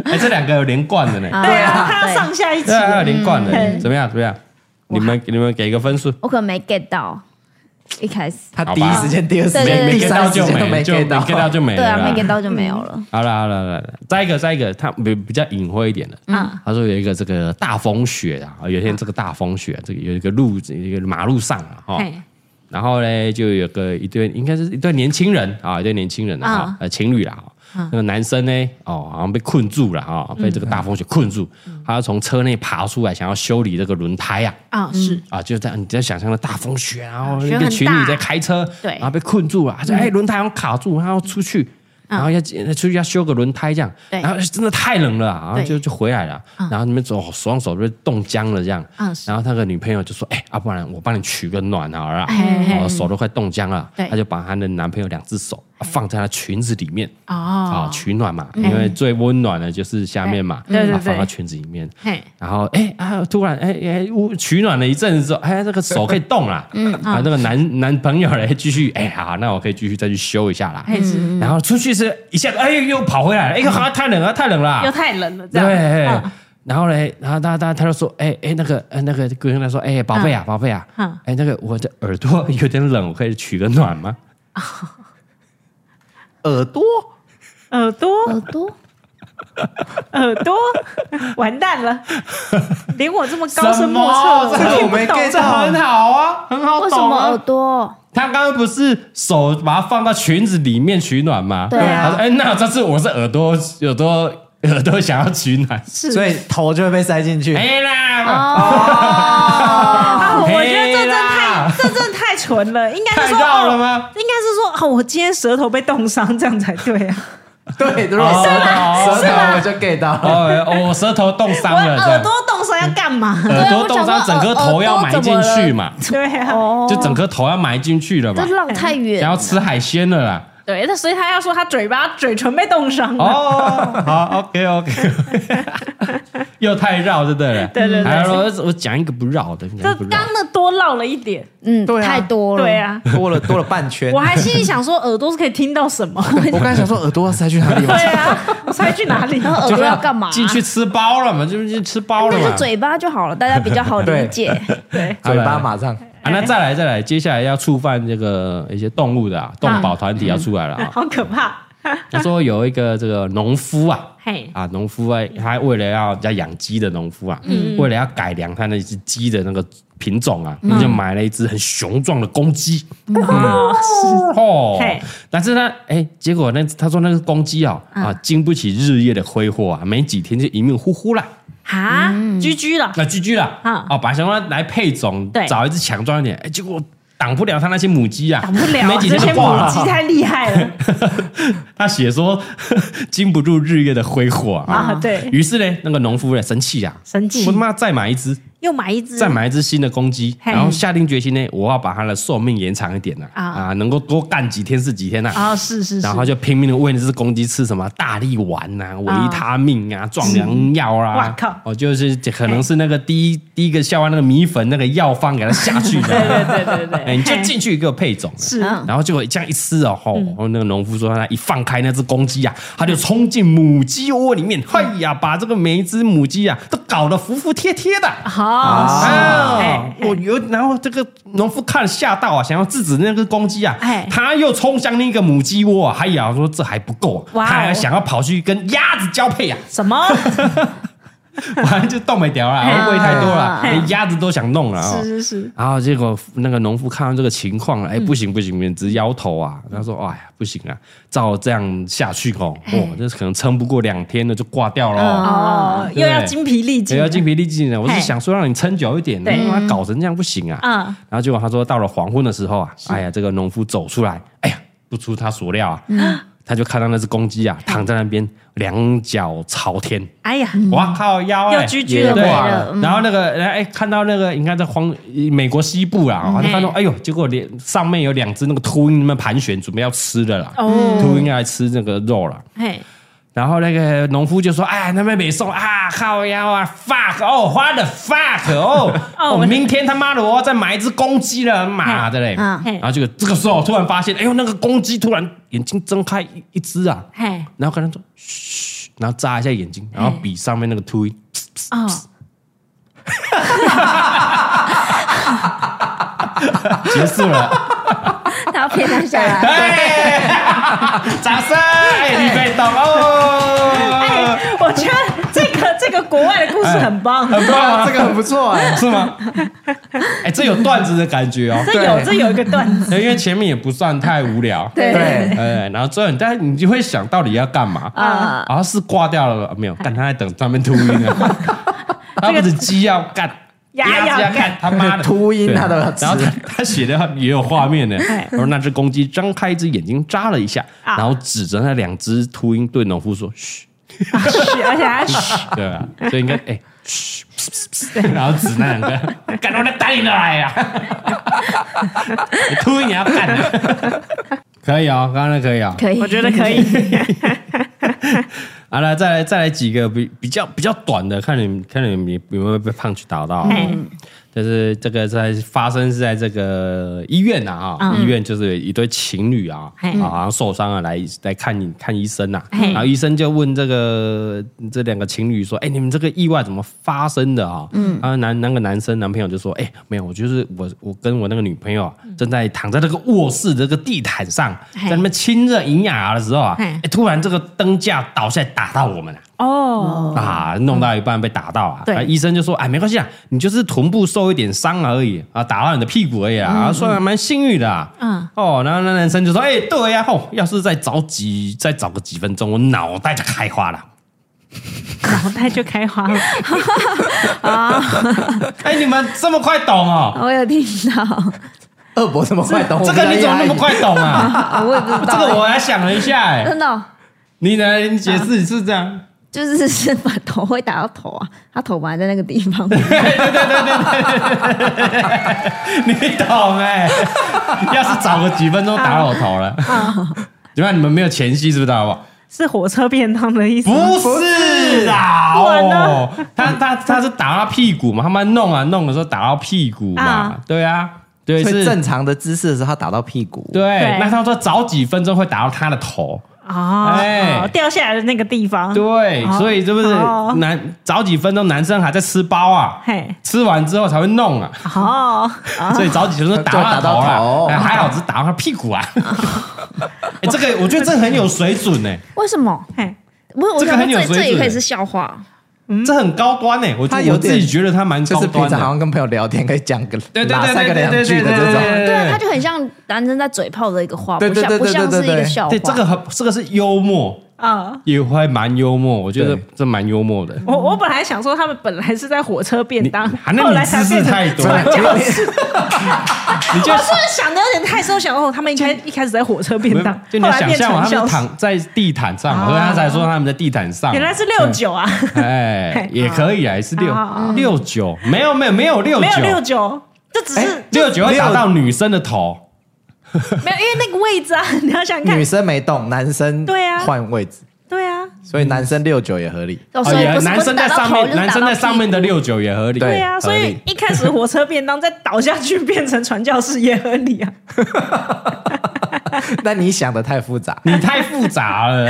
哎，这两个有连贯的呢。哦对啊，对他要上下一集对，啊，连贯的，嗯怎么样？怎么样？你们你们给一个分数，我可能没 get 到一开始，他第一时间、第二时对对间、对没第 get 三到时就间都没没，就没 get 到， get 到就没对啊，了啦。没 get 到就没有嗯了。好了好了好了，再一个再一个，他比比较隐晦一点的，嗯他说有一个这个大风雪啊，有一天这个大风雪，这个有一个路一个马路上啊，哈，嘿然后呢，就有个一对，应该是一对年轻人啊，一对年轻人啊啊，呃，情侣啦。哦那个男生呢，哦，好像被困住了啊，被嗯这个大风雪困住，他要从车内爬出来，想要修理这个轮胎啊，啊是啊，就在你在想象的大风雪，啊然后啊雪一个很情大侣在开车，对嗯然后被困住了，他说哎轮胎好像卡住，然后出去，然后要出去要修个轮胎这样，对然后真的太冷了啊，然后对就就回来了，然后你们走双手就冻僵了这样嗯，是然后那个女朋友就说哎啊，不然我帮你取个暖好了啦啊嘿，嘿我哦手都快冻僵了，嗯对嗯她就把她的男朋友两只手啊放在她裙子里面。啊哦，，取暖嘛，因为最温暖的就是下面嘛，对对啊对放到裙子里面，嘿然后哎啊，突然哎哎，我取暖了一阵子之后，哎，这个手可以动 (laughs) 了，嗯啊，那个男男朋友嘞，继续哎好，那我可以继续再去修一下啦。嘿是然后出去是一下子，哎又跑回来了，哎呦，好像太冷了，太冷了又，太冷了这对。样，哎嗯然后嘞，然后他他他就说，哎哎那个呃那个姑娘他说，哎宝贝啊宝贝啊嗯，哎那个我的耳朵有点冷，我可以取个暖吗？耳朵耳朵耳朵耳朵 (laughs) 完蛋了，连我这么高什深莫测，么？(laughs) 我这个听我不没懂 get 到，很好啊，很哦好为什懂么啊耳。朵？他刚刚不是手把它放到裙子里面取暖吗？对啊他说：“哎、那这次我是耳朵，耳朵，耳朵想要取暖。是所以头就会被塞进去。 (laughs) 哎啦，哦，啊，我觉得这嘿真啦太这真的太纯了，应该太是说绕了哦吗？应该是说哦，我今天舌头被冻伤，这样才对啊。 (laughs) 对，如果舌哦头是舌吗头我就 get 到了。哦，哦我舌头冻伤我了，这耳样嗯朵冻伤要干嘛？耳朵冻伤，整个头要埋进去嘛， (laughs) 对啊，哦，就整颗头要埋进去了嘛哦这，浪太哎想远，要吃海鲜了啦。对，那所以他要说他嘴巴嘴唇被冻伤啊了。哦，好，OK OK，又 (laughs) 太绕，对不对？ (laughs) 对对对还有我我讲一个不绕的，讲这一个不绕刚的。的多绕了一点，嗯，对啊太哦多了，对，啊，多了多了半圈我，还心里想说耳朵是可以听到什 (laughs) 么？我刚才想说耳朵要塞去哪里对吗？啊，我猜去哪里？然后耳就朵要干啊嘛？进去吃包了嘛，就是进去吃包了那嘛就。嘴巴就好了，大家比较好理解。 (laughs) 对，嘴巴马上啊，那再来再来，接下来要触犯这个一些动物的啊，动保团体要出来了啊。好可怕。 (laughs) 他说有一个这个农夫啊，嘿，啊农夫啊，他为了要要养鸡的农夫啊，嗯为了要改良他那只鸡的那个品种啊，就买了一只很雄壮的公鸡嗯哦，是哦嘿。但是呢，哎，结果呢，他说那个公鸡啊啊，经不起日夜的挥霍啊，没几天就一命呼呼了。哈，嗯居居了，那居居啦，嗯哦，把想要来配种对，找一只强壮一点，哎，结果挡不了他那些母鸡啊，挡不了没啊，几这天些就母挂了。鸡太厉害了 (laughs) 他写说 (laughs) 经不住日夜的挥霍啊，啊！对，于是呢，那个农夫呢生气啊，生气我他妈再买一只，又买一只，再买一只新的公鸡，嘿然后下定决心呢，我要把它的寿命延长一点呐，啊啊，能够多干几天是几天呐。啊，是是是然，后就拼命的喂那只公鸡吃什么大力丸啊、维他命啊、壮阳药啦、啊。哇靠哦，就是可能是那个第一第一个下完那个米粉那个药方给它下去的。对对 (laughs) 对对哎，对，你就进去给我配种。啊是嗯嗯然后结果这样一吃哦，吼、哦，那个农夫说他一放开那只公鸡啊，他就冲嗯哎进母鸡窝里面，嘿呀，把这个每一只母鸡啊都搞得服服帖帖的。好哦，啊哎！我有，然后这个农夫看了吓到啊，想要制止那个公鸡啊哎，他又冲向另一个母鸡窝啊，哎呀，说这还不够啊，哇哦他还想要跑去跟鸭子交 (laughs) 配啊，什么？反正就动没掉了，啊喂太多了，哎连鸭子都想弄了啊。是是嗯是，然后结果那个农夫看到这个情况了，哎，不行不行，不行直摇头啊。他说：“哎呀，不行啊，照这样下去哦，哎哦，这可能撑不过两天了，就挂掉了哦。哦，对又要精疲力尽也，要精疲力尽了。我是嘿想说让你撑久一点，对你把它搞成这样不行啊。嗯然后结果他说到了黄昏的时候啊，哎呀，这个农夫走出来，哎呀，不出他所料啊，嗯他就看到那只公鸡啊躺在那边，两脚朝天，哎呀，哇靠腰又哎，居居了对没挂了，了嗯然后那个哎看到那个应该在荒美国西部嗯啦，他就看到哎呦，结果连上面有两只那个秃鹰那么盘旋，准备要吃的啦，哦，秃鹰要来吃那个肉了。嘿，然后那个农夫就说：“哎，那边没送啊，靠腰啊，fuck 哦，what the fuck 哦，哦我、我明天他妈的我要再买一只公鸡了，妈的嘞！”嗯然后这个这个时候我突然发现，哎呦，那个公鸡突然眼睛睁开一一只啊，嘿，然后跟他说：“嘘。”然后眨一下眼睛，然后比上面那个秃鹰，哦， (laughs) 结束了。 (laughs) 他要骗他下来，掌声！哎，你被懂哦，我觉得这个这个国外的故哎事很棒，很棒哇，啊，这个很不错 (laughs) 哎，是吗？哎，这有段子的感觉哦，这有这有一个段子，因为前面也不算太无聊。对，哎，然后最后你，但是你就会想到底要干嘛啊啊？是挂掉了没有？干他在等上面秃鹰 (laughs) 呢，他不止鸡要干，鸭子要要干干，他妈的秃鹰对他都要吃然后他他写的也有画面呢哎，他说那只公鸡张开一只眼睛眨了一下，啊然后指着那两只秃鹰对农夫说：“嘘，是而且还 (laughs) 对吧？”所以应该哎。嘘，然后指那两个， (laughs) 干我来打你的来呀！ (laughs) 你秃鹰也要干的，可以哦，刚刚那可以哦，可以， (laughs) 我觉得可以，好了，再来再来几个比比较比较短的，看你们看你们有没有被胖去打到、哎但是这个在发生是在这个医院啊，啊医院就是一对情侣啊，嗯嘿啊好像受伤了来来看你看医生呐、啊，嘿然后医生就问这个这两个情侣说，哎、你们这个意外怎么发生的啊？嗯，然后男那个男生男朋友就说，哎、没有，我就是我我跟我那个女朋友啊嗯正在躺在这个卧室的这个地毯上，嘿在那边亲热银雅的时候啊，嘿哎、突然这个灯架倒下来打到我们了、啊。哦，啊，弄到一半被打到啊，对啊医生就说，哎，没关系啊，你就是臀部受一点伤而已啊，打到你的屁股而已啊，啊算还蛮幸运的、啊，嗯哦，然后那男生就说，哎，对呀、吼、要是再早几再早个几分钟，我脑袋就开花了。 (laughs) 脑袋就开花了，哎，你们这么快懂哦？我有听到，二伯这么快哦懂，这个你怎么那么快懂 (laughs) 啊？我也不知这道，个我还想了一下，哎，真的哦你来你解释是这样。就是是把头会打到头啊，他头本来在那个地 (laughs) 方， (laughs) 你懂哎、要是早个几分钟打到我头了，怎么样？你们没有前戏是不是？好不好？是火车便当的意思吗，不是啊，不然呢哦，他他他是打到屁股嘛，他们弄啊弄的时候打到屁股嘛，啊对啊，对所以是正常的姿势的时候，他打到屁股，对。对那他说早几分钟会打到他的头，哦哎哦，掉下来的那个地方，对，哦所以是不是哦男早几分钟男生还在吃包啊？嘿，吃完之后才会弄啊，哦，所以早几分钟打到他头就打到头了，哎还好只是打到他屁股啊。哎，这个我觉得这很有水准呢，为什么？嘿，我我这个想很有说这水这也准可以是笑话，这很高端呢。我他我有点自己觉得他蛮就高是平端常好的，像跟朋友聊天可以讲个对对拉对塞对个对两对句对的这种，对啊，对他就很像男生在嘴炮的一个话，对不对像对不像对是对一个对笑话对，这个很这个是幽默，啊。也会蛮幽默，我觉得对这蛮幽默的。我我本来想说他们本来是在火车便当，你啊那你后来才知识变成太多传了教士。 (laughs) 你就 (laughs) 我是不是想的有点太深？我想哦，他们应该一开始在火车便当，就你后要来想变象成嘛，他教们室，躺在地毯上嘛，啊所以他才说他们在地毯上嘛。原来是六九啊，哎，也可以啊，是六啊六九，没有没有没有六 (laughs) 没有六九，九，这只是哎六九会打到女生的头。没有，因为那个位置啊， (laughs) 你要想看女，生没动，男生对啊换位置，对啊，所以男生六九也合理。哦哦，所以也不是男生在上面，男生在上面的，六九也合理。对对啊，合所理以一开始火车 (laughs) 便当再倒下去变成传教士也合理啊。嗯但你想的太复杂，你太复杂了，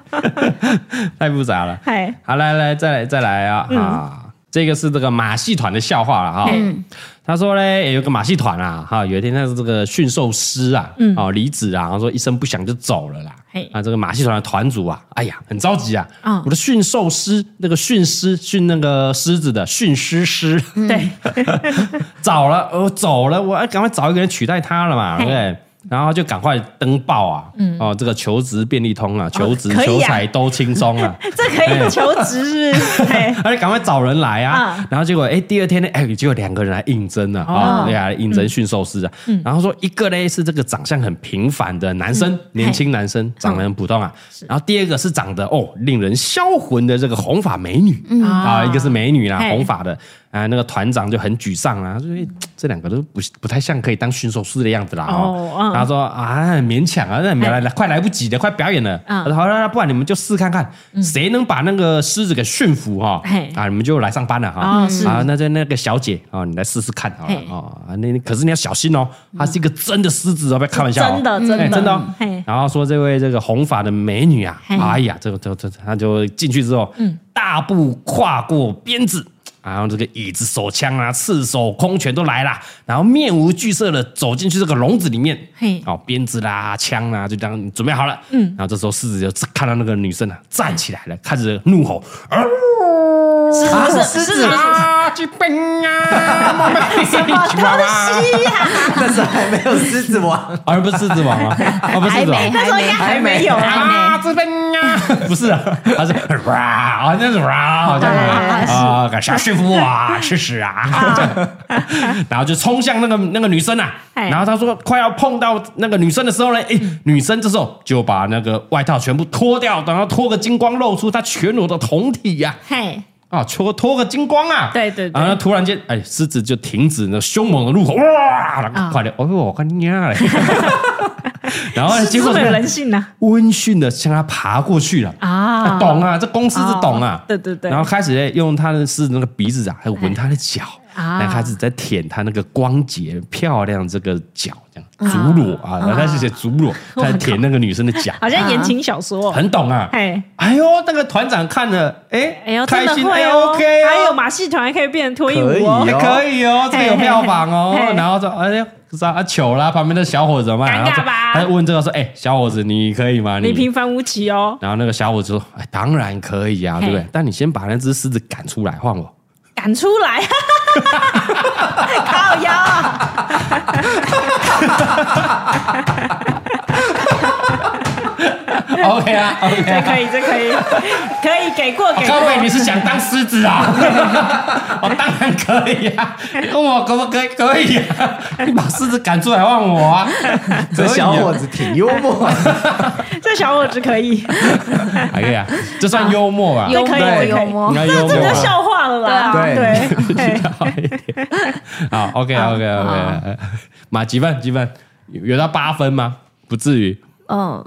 (laughs) 太复杂了。哎，嗯好，来来，再来再来啊！啊，这个是这个马戏团的笑话了哈、嗯他说嘞，有个马戏团啊，哈，有一天他是这个驯兽师啊，哦，离职啊，然后说一声不响就走了啦嗯嘿。啊，这个马戏团的团主啊，哎呀，很着急啊，嗯我的驯兽师，那个驯狮，驯那个狮子的驯狮师，对， (laughs) 找了，我、走了，我要哎赶快找一个人取代他了嘛，对嘿嗯不对？然后就赶快登报啊，哦，这个求职便利通啊，求职、可以啊求财都轻松 (laughs) 啊，这可以求职是哎哎不是？嘿而且赶快找人来啊！嗯然后结果哎，诶第二天呢，哎，就有两个人来应征了啊、哦嗯对啊，应征驯兽师啊。然后说一个呢是这个长相很平凡的男生，年轻男生，长得很普通啊。嗯然后第二个是长得哦令人销魂的这个红发美女、啊，一个是美女啦，嗯嘿红发的啊，那个团长就很沮丧啊，他说哎这两个都不不太像可以当驯兽师的样子啦。哦哦，嗯哎然后说啊很勉强啊，那来来快来不及的，快表演了。嗯他说好了，那不然你们就试看看，谁能把那个狮子给驯服哈嘿？啊，你们就来上班了哈。哦是啊，那就那个小姐啊，你来试试看好了嘿哦。啊那可是你要小心哦，它是一个真的狮子哦，不要开玩笑哦。真的真哎的真的哦嘿。然后说这位这个红发的美女啊，嘿嗯哎呀，这个这个这个，她就进去之后，大步跨过鞭子。然后这个椅子、手枪啊、刺手、空拳都来啦，然后面无惧色的走进去这个笼子里面，嘿哦，鞭子啦、枪啊啦，就这样准备好了。嗯，然后这时候狮子就看到那个女生啊站起来了，开始怒 (laughs) 吼，啊，啊，是是是啊，去冰啊，什 (laughs) 么东西？那时候还没有狮子王，而不是狮子王啊，哦，不是狮子王。那时候应该还没有啊，啊，这边啊， (laughs) 不是啊，他是哇，啊，那是哇，好哎像啊，敢啥驯服我啊， (laughs) 吃屎啊， (laughs) 然后就冲向那个那个女生啊，哎然后他说快要碰到那个女生的时候呢，哎，女生这时候就把那个外套全部脱掉，然后脱个精光，露出她全裸的胴体呀，嘿，啊，脱脱个精光啊！对对对然后突然间，哎，狮子就停止那凶猛的怒吼，哇！然啊后快点，哦呦，我看娘嘞！ (laughs) 然 (laughs) 后呢哎结是果没呢有人性啊呐温驯的向他爬过去了。啊懂啊，这公狮子懂啊哦，对对对然后开始哎用它的狮子那个鼻子啊，还有闻它的脚，啊然后开始在舔它那个光洁漂亮这个脚，这样足裸啊，然后他就写足 (laughs) 裸，在舔那个女生的脚，好像言情小说哦，很懂啊。嘿。哎呦，那个团长看了，哎，哎呦，真开的心，会哎哦！ ，OK 还有哦，马戏团还可以变成脱衣可以舞哦，哎哦可以哦，这个有票房哦嘿嘿。嘿然后说，哎呀，不是啊啊，糗啦，旁边的小伙子嘛，尴尬然后说吧他就问这个说，哎，小伙子，你可以吗？你平凡无奇哦，然后那个小伙子说：“哎，当然可以啊，嘿对不对？但你先把那只狮子赶出来，换我。赶出来， (laughs) 靠腰啊！ ”OK 啊，OK 这啊。可以，这 (laughs) 可以，可以给过给各位，过。你是想当狮子啊？我当然可以啊！你问我可不可以？可以啊！你把狮子赶出来换我啊！这小伙子子挺幽默， (laughs) 这小伙子可以，可以啊，这算幽默啊，这可以，对这可幽以，默应该幽这默就啊。笑话了啦。对啊 (laughs) 对，嘿好一点，好，OK，OK，OK。马几分？几分？有有到八分吗？不至于嗯，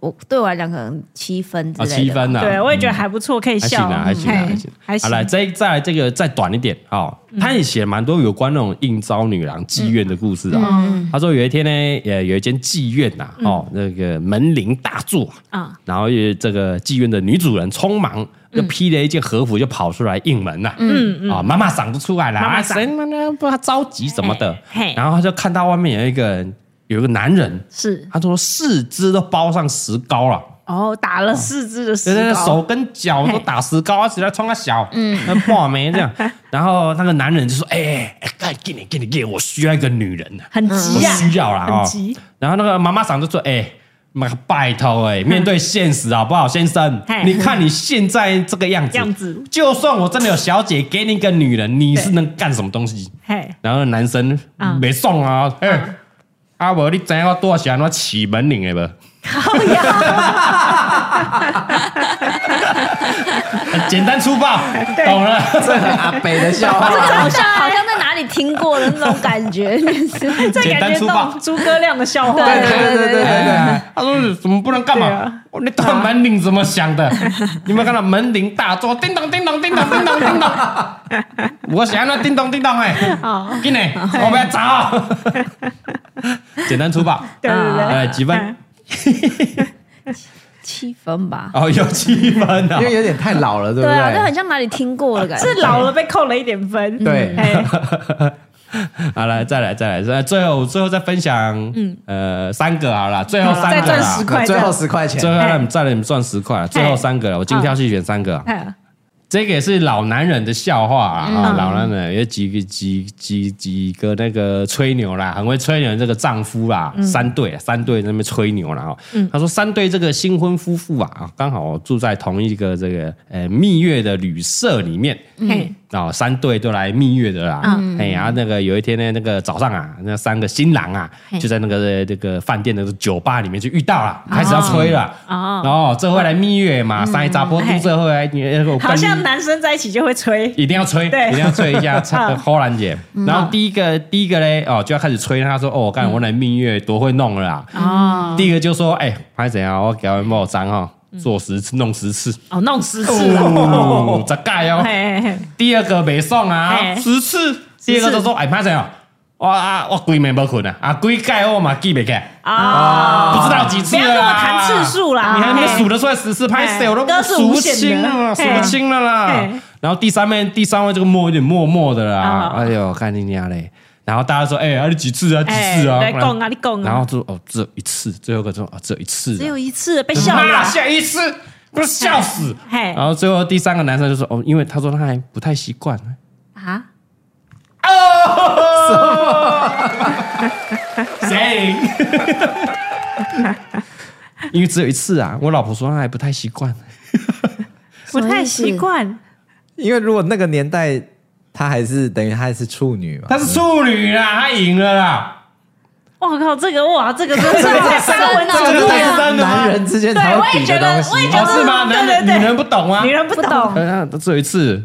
我对我来讲可能七分之啊，类的，七分啊。对，我也觉得还不错，可以还笑行，嗯啊，还行啊，嘿还行。还好来，行。嗯再再来这个再短一点哦。他也写了蛮多有关那种应招女郎妓院的故事嗯啊、他说有一天呢，呃，有一间妓院呐、哦，那个门铃大作啊啊，嗯然后也这个妓院的女主人匆忙就披了一件和服就跑出来应门呐、嗯啊，妈妈嗓子出来了，妈妈哎啊，嗓谁妈妈不知道着急什么的嘿嘿，然后他就看到外面有一个人，有一个男人，是他说四肢都包上石膏了。哦，打了四只的对对石对，手膏，跟脚都打石膏，而且在冲他小，嗯，爆眉这 (laughs) 样。然后那个男人就说：“哎、哎，哎给你，给你，给你，我需要一个女人呐、很我急呀，需要啦很哦。急。然后那个妈妈桑就说：“哎、妈，拜托哎、面对现实好不好，先生嘿？你看你现在这个样子，样子就算我真的有小姐给你一个女人，你是能干什么东西？嘿，然后男生嗯没送啊，哎、阿伯、你知道我多少安怎起门铃的无？靠腰， (laughs) 简单粗暴，懂了。”这很阿北的笑这个话。好像好像在哪里听过的那种感觉，就是这简感单觉粗那暴种诸葛亮的笑话。对对啊对对对对，哎他说怎么不能干对嘛啊？哦你到底门铃怎么响的？你有没有看到门铃大作，叮咚叮咚叮咚叮咚叮咚？我想要那叮咚叮咚哎，进来，我们要找。简单粗暴，对对对哎哎，几分？七分吧，哦，有气氛啊的 (laughs) 因为有点太老了，对不对啊，就很对？像哪里听过的感觉。是老了被扣了一点分。对哎， (laughs) 好来，再来，再来，再来最后最后再分享，嗯，呃，三个好了，最后好啦三再个赚啦十块哎最这后样十块钱最，后让你们再来你们赚十块，最后三个了，我精挑细选三个啊。哎这个也是老男人的笑话啊，嗯啊老男人有几个几几几个那个吹牛啦，很会吹牛的这个丈夫啦，嗯三对啊三对在那边吹牛啦。哦，他说三对这个新婚夫妇啊，啊刚好住在同一个这个呃蜜月的旅社里面，嘿哦，三对都来蜜月的啦，嗯哎，然后那个有一天呢，那个早上啊，那三个新郎啊，就在那个那个饭店的酒吧里面就遇到了，开始要吹了，哦，哦，这回来蜜月嘛，三一杂波度嘿这回来，你我好跟你像男生在一起就会吹，一定要吹， (laughs) 对嗯一定要吹一下，唱荷兰姐。然后第一个第一个嘞，哦，就要开始吹，他说：“哦，干我来蜜月多会弄了啦。”哦嗯第一个就说：“哎，还怎样？我给他们报章哈，做十次弄十 (laughs) 次，哦，弄十次了，哦，咋盖哦？”嘿嘿嘿第二个没送啊，嘿十次。第二个就说：“哎，拍怎样？我啊我鬼没没困啊，啊鬼盖我嘛记不起来，啊，不知道几不次要了跟我啦。谈次数啦，你还没嘿数得出来十次拍谁，哎我都歌是数不无限的清了，数不哎清了啦哎。然后第三面第三位这个默有点默默的啦，哦哎呦，看你娘嘞。然后大家说，哎，啊你几次啊？几次啊？哎来供啊，你供啊，然后就哦，只有一次，最后一个说啊，只有一次啊，只有一次被笑妈了，下一次，不是笑死。嘿然后最后第三个男生就说，哦，因为他说他还不太习惯。啊，哦 (laughs) 谁？ (laughs) 因为只有一次啊，我老婆说她还不太习惯。不太习惯，因为如果那个年代，她还是等于她还是处女嘛，她是处女啦，她赢了啦。我靠，这个哇，这个真的个太三文这这主个义太了，深了吗男人之间对才我会也比觉的得东西。我也觉哦，得是吗？对男对人对女人不懂啊女，人不懂，哎呀，只有一次，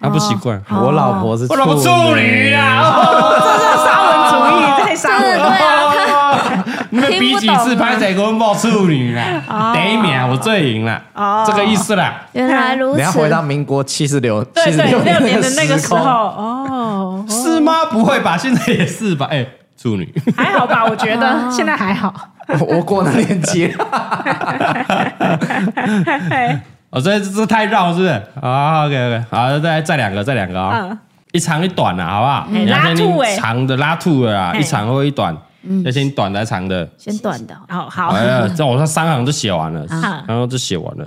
她不习惯。我老婆是哦我老婆处女啦，这是沙文主义，太沙真的文。对啊，哦 (laughs) 你们比几次拍谁跟我报处女啦？第一名啊我最赢了，这个意思啦。原来如你要此。回到民国七十六，对对， 76六年的那个时时候，空，哦，是吗？不会吧？现在也是吧？哎，处女。还好吧？我觉得现在还好。我我过那年纪 (laughs) 了，哦，这这太绕是不是？啊，OK OK，好，再再两个，再两个啊、嗯一长一短啊，好不好？哎你要先拉吐哎长的拉吐了啊，哎一长或一短，要先短的还是长的。先短的，好好，哎呀，这我说三行就写完了，然后就写完了。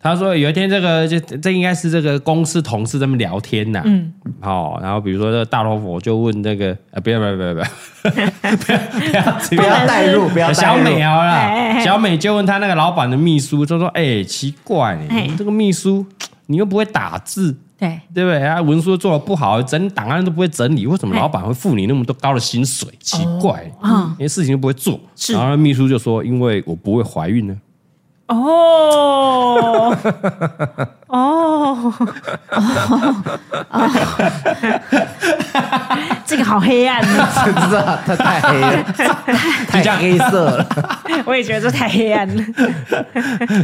他说有一天这个就这应该是这个公司同事在那边聊天呐、嗯，好、然后比如说这个大头佛就问那个呃，不要不要不要不要，不要带入，不要带小入。美啊好哎哎啦，哎小美就问她那个老板的秘书，就说：“哎、奇怪、哎你这个秘书你又不会打字，对，对不对？啊，文书做的不好，整理档案都不会整理，为什么哎老板会付你那么多高的薪水？奇怪、嗯因为事情都不会做。”是然后秘书就说：“因为我不会怀孕呢。哦，哦，这个好黑暗啊！ (laughs) 真的它太黑 (laughs) 了，太黑色了。我也觉得这太黑暗了。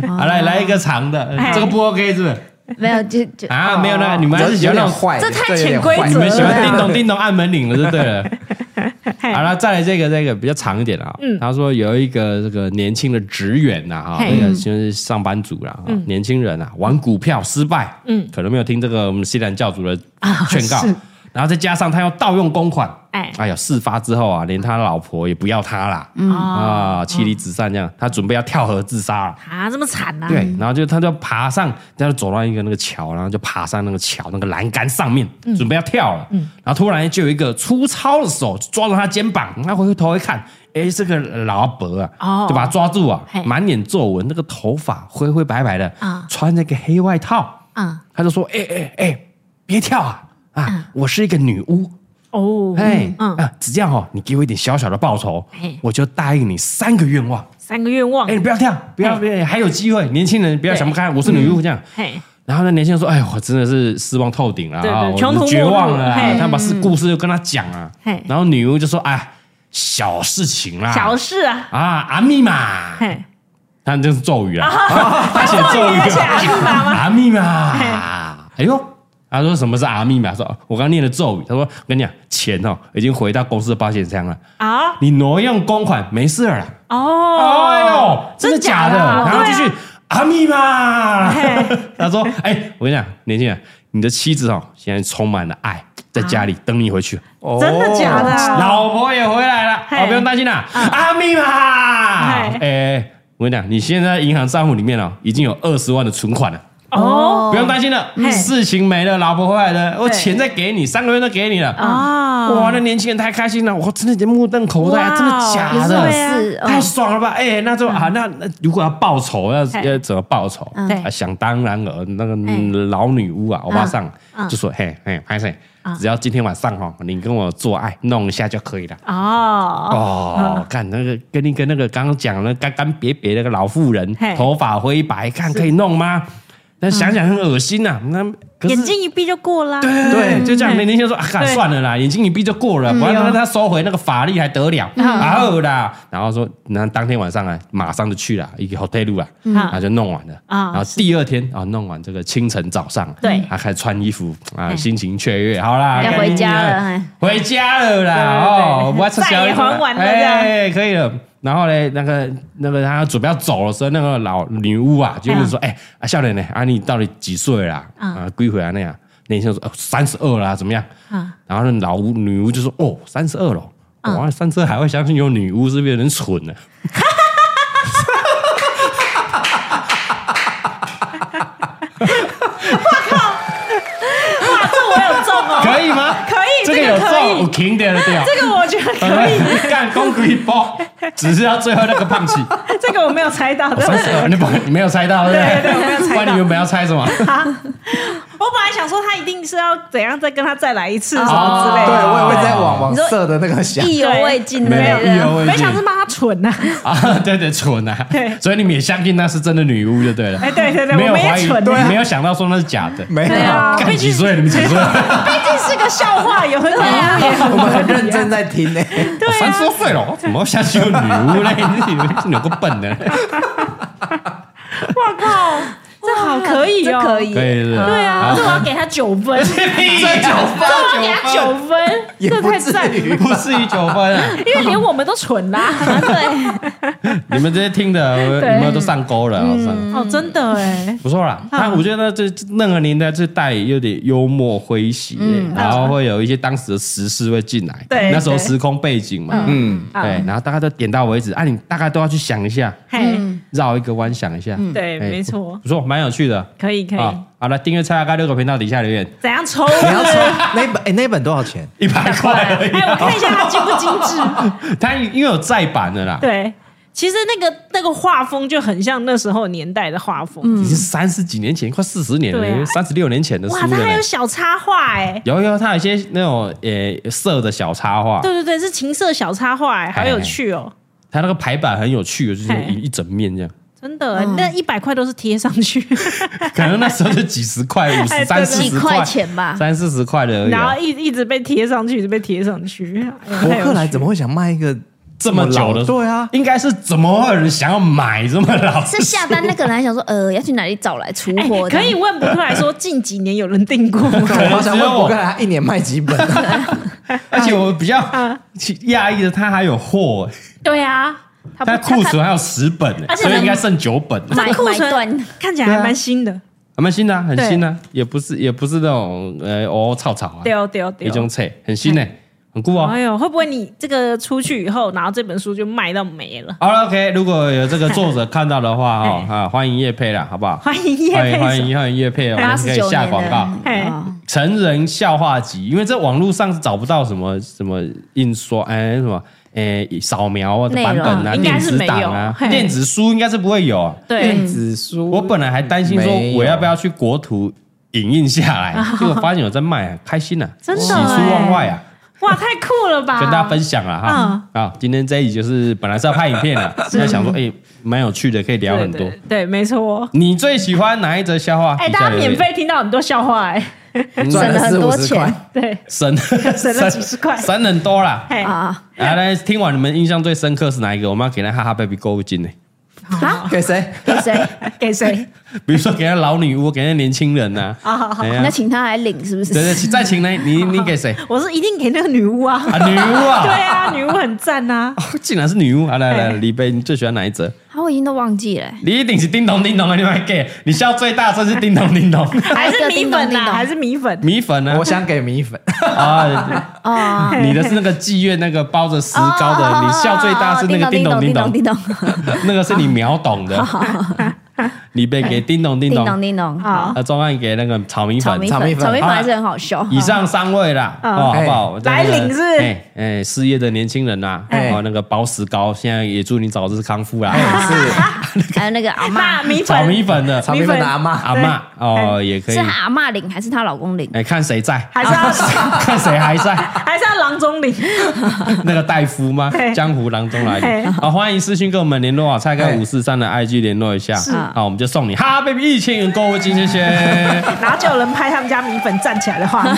好，来来一个长的，哦哎这个不 OK 是不是？没有就就啊，哦没有那个，你们还是喜有欢那点种坏，这太有点潜规坏则你们喜欢了叮咚叮咚按门铃了，就对了。 (laughs) 嘿好了，再来这个这个比较长一点啊。他说有一个这个年轻的职员呐，哈，嗯嘿嗯那个就是上班族啦，哈年轻人啊，玩股票失败，嗯，可能没有听这个我们西兰教主的劝告啊是，然后再加上他要盗用公款，哎嗯哎呀，事发之后啊，连他老婆也不要他啦，啊，妻哦离子散这样，他准备要跳河自杀了。啊，这么惨啊！对，然后就他就爬上，他就走到一个那个桥，然后就爬上那个桥那个栏杆上面，嗯准备要跳了。然后突然就有一个粗糙的手抓住他肩膀，他回头一看，哎，这个老阿伯啊，哦就把他抓住啊嘿，满脸皱纹，那个头发灰灰白白的，啊穿着一个黑外套，啊，他就说：“哎哎哎，别跳啊！啊，我是一个女巫，哦，哎、嗯啊，只这样哦，你给我一点小小的报酬嘿，我就答应你三个愿望。”三个愿望哎、，你不要跳，不要，不要，还有机会。年轻人不要想不开，我是女巫这样。嘿，然后呢，年轻人说：“哎呦，我真的是失望透顶了对啊，对我穷是途末绝路望了啊。”嘿他把事故事就跟他讲啊嘿。然后女巫就说：“哎，小事情啦，小事啊，啊，阿密嘛，嘿，哦他就是咒语啊，他写咒语 (laughs) 而且阿啊，密码吗？阿密嘛，哎呦。”他说什么是阿密嘛？说我刚念的咒语。他说我跟你讲，钱哦已经回到公司的保险箱了，啊，你挪用公款没事了啦。哦，哎呦，有，真的假的？真假的啊然后继续阿密嘛嘿， (laughs) 他说：“哎、我跟你讲，年轻人，你的妻子哦，现在充满了爱，在家里等你回去，真的假啊的啊？老婆也回来了，嘿嗯哦，不用担心啦，阿密嘛，哎、嘿我跟你讲，你现在银行账户里面哦，已经有二十万的存款了。”哦不用担心了，嘿事情没了，老婆回来了，我对钱再给你，三个月都给你了。啊哇，那年轻人太开心了，我真的目瞪口呆，哇啊真的假有时候的会？是哦太爽了吧！哎，那就啊，那那如果要报仇，要嗯嘿嗯要怎么报仇？对啊，想当然了，那个嘿老女巫啊，欧巴桑嗯就说：“嘿，嘿，拍谁？只要今天晚上哈，你跟我做爱，弄一下就可以了。”哦，哦，看那个跟你跟那个刚刚讲的干干瘪瘪那个老妇人嘿，嗯头发灰白，看可以弄吗？那想想很恶心呐、那可是眼睛一闭就过啦。对对，就这样。那年轻人说啊，干对算了啦，眼睛一闭就过了，不然让他收回那个法力还得了？啊哦啦，然后说那当天晚上啊，马上就去了一个 hotel 啊，然后就弄完了啊然后第二天啊，弄完这个清晨早上，啊对他开始穿衣服啊，心情雀跃，好啦，要干回你家娘了哎回家了啦，对对对哦，我要吃债小也还完了这样哎，可以了。然后嘞，那个那个他准备要走的时候，那个老女巫啊，就问说：“嗯哎、啊，笑脸呢？啊，你到底几岁啦？啊，归回来那样。”那先生说：“哦三十二啦，怎么样？”嗯然后那老巫女巫就说：“哦，三十二了，哇，三十二还会相信有女巫，是不是有点蠢呢、哇，啊这我有中哦，可以 (laughs) 吗？可以，这个有个可中，我嗯以，停点了掉。这个我觉得可以，以 (laughs) 干公鬼包，只是要最后那个胖起。这个我没有猜到的。三十二，你不你没有猜到，对不对对我没有猜到不然你原本要猜什么？我本来想说他一定是要怎样再跟他再来一次什么之哦类对，的，我也会在往往你说色的那个想，意犹未尽之没类有意犹的。未没尽想到是骂他 (laughs) 蠢呐、啊。啊， (laughs) 对对，蠢啊对！所以你们也相信那是真的女巫就对了。哎，对对对，没有我们怀也疑，蠢你啊，没有想到说那是假的。没有，对啊干几岁？你们 (laughs) 几岁？毕竟是个笑话，有很多哎人也 (laughs) 我很们很认真在听欸 (laughs) 呢。啊我三十多岁了，我怎么会相信有女巫呢？ (laughs) 你以为是有个笨的？哇靠，这好可以这哦，可以可以是。对啊，这我要给他九 (laughs) 分，这这九分，我要给他九分，也这不太至赞了于吧，不至于九分啊！因为连我们都蠢啦、嗯对， (laughs) 你们这些听的，对你们都上钩了，上哦，真的哎，不错啦。那我觉得这这那个年代是带有点幽默诙谐，欸然后会有一些当时的时事会进来，嗯对那时候对时空背景嘛，嗯，对，然后大家都点到为止啊，你大概都要去想一下，嘿，绕一个弯想一下，嗯对，哎没错，不错，蛮有趣的。可以可以啊，，好了，订阅蔡阿嘎六个频道底下留言，怎样抽？你要抽那本哎，那本多少 (laughs) 钱？一百块而已 (laughs) 哎，我看一下它精不精 (laughs) 致。他因为有再版的啦，对，其实那个那个画风就很像那时候年代的画嗯风。已经三十几年前，快四十年嗯对啊了，三十六年前的书哇，了它还呢有。小插画哎，有有，他有一些那种呃色的小插画，对对对，是情色小插画哎，好有趣哦，他那个排版很有趣，就是嘿一一整面这样。真的哎，那一百块都是贴上去，可能那时候就几十块、五 (laughs) 哎十、三对对四几十块钱吧。三四十块的而已 (laughs) 然啊后。一一直被贴上去，一直被贴上去。哎呀博太有客来趣怎么会想卖一个这么老久的，(laughs) 对啊，应该是怎么会有人想要买这么老？是下单那个人还想说，呃，要去哪里找来出哎货？可以问不出来说近几年有人订过吗？ (laughs) 能我想只问有我博客来他一年卖几本？ (laughs) 而且我比较啊奇讶异的，它还有货、欸，对啊，他它不库存还有十本、欸，而且所以能应该剩九本。买这库买存断看起来还蛮新的，还蛮新的、啊，很对新的、啊，也不是也不是那种呃哦草草啊，丢丢一丢。种册很新呢、很酷哦哦哎。呦，会不会你这个出去以后，然后这本书就卖到没了？好了，OK，如果有这个作者看到的话哦，啊，欢迎叶配啦，好不好？哎欢迎叶欢迎佩欢什么迎欢迎叶配，我八们十可以九下年广告。嘿的，哦成人笑话集，因为这网络上是找不到什么什么印刷，哎，什么，哎，扫描啊的内版容本啊，应该电是子没有档啊嘿，电子书应该是不会有啊。对电，嗯子书，我本来还担心没说有我要不要去国图影印下来，结果发现有在卖，啊，开心啊，啊真的啊喜出望外啊，哇，太酷了吧！跟大家分享了哈。嗯啊，今天这一集就是本来是要拍影片 (laughs) 的，现在想说，哎，蛮有趣的，可以聊很对多对。对，没错。你最喜欢哪一则笑话？哎，底下大家留言免费听到很多笑话，哎， (laughs) 赚了 (laughs) 省了四很五多十块，对，省省省了几十块。 (laughs) 省很多啦。嘿，啊来来，听完你们印象最深刻是哪一个？我们要给那哈哈 baby 购物金呢？啊！(laughs) 给谁？给谁？给谁？比如说给那老女巫，给那年轻人呐、好好好，哎呀那请他来领是不是？对对，再请呢，你你给谁我是一定给那个女巫啊！啊？女巫啊？对啊，女巫很赞啊！ (laughs) 哦，竟然是女巫！啊、来来，哎李贝，你最喜欢哪一则？啊，我已经都忘记了、欸。你一定是叮咚叮咚的，你买给，你笑最大声是叮咚叮咚， (laughs) 还是还有一米个粉叮咚叮呐、咚还是米粉？米粉呢我？想给 (laughs) 米粉，啊，哦，你的是那个妓院那个包着石膏的，你笑最大是那个叮咚叮叮咚，叮咚 (laughs) 那个是你秒懂的。你被给叮咚叮叮咚咚，叮咚。好好，啊，钟汉给那个炒米炒粉米，炒米粉，粉炒米粉还是很好啊笑。以上三位啦，哦，好不好？来领是哎哎，失业的年轻人呐，哎哦，那个包石膏，现在也祝你早日康复啦。啊哎是还有那个阿那妈，米炒粉米粉的 (laughs) 炒米粉的哎阿妈， (laughs) 阿嬷哦，也可以哎是，她阿妈领还是她老公领？哎，看谁在，还是要 (laughs) (laughs) 看谁还在。哎还是要郎中领。那个戴夫吗嘿？江湖郎中来嘿哎临。好，欢迎私讯跟我们联络啊，蔡哎哥五四三的 IG 联络一下是，好，我们就送你哈 baby 一千元购物金，谢谢。 (laughs) 然后就有人拍他们家米粉站起来 (laughs) 的画面。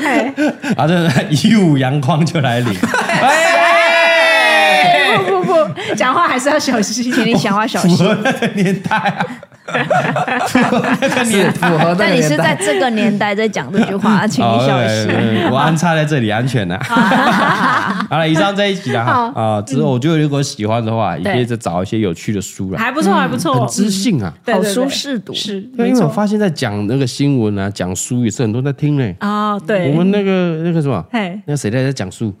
嘿啊，这一五阳光就来领。哎不不不，讲话还是要小心。请你讲话小符心。合那个年代啊，符合那个是年代。符合那但个你是年在代。这个年代在讲这句话，(laughs) 请哦你小对心。 (laughs) 对对我安插在这里安全的、 (laughs) 好了，以上这一集了哈啊，嗯之后我觉得如果喜欢的话，也可以再找一些有趣的书来，还不错，还不错，嗯嗯很知性啊。对好对对书适读，是对，没因为我错发现，在讲那个新闻啊，讲书也是很多人在听嘞。啊。对，我们那个那个什么，嘿那个谁在在讲书？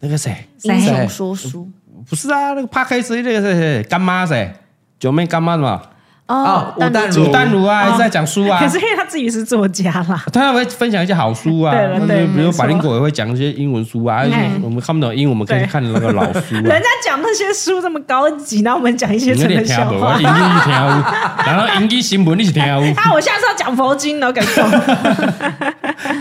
那个谁？英雄谁说书不是啊，那个 p a r k 那个谁谁干妈谁？九妹干妈什么？哦，吴但淡煮如，淡如啊，还是在讲 (laughs) 书啊可。是因为他自己是作家 (laughs) 啦，他会分享一些好书啊，对了那对比如没错百灵果也会讲一些英文书啊，嗯我们看不懂英文，我们可以对看那个老书啊 (laughs) 人。家讲那些书这么高级，然后我们讲一些你有成点人听笑不懂，我话英。语听有，然后英语新闻你是听有。 (laughs) 啊，我下次要讲佛经了，感觉。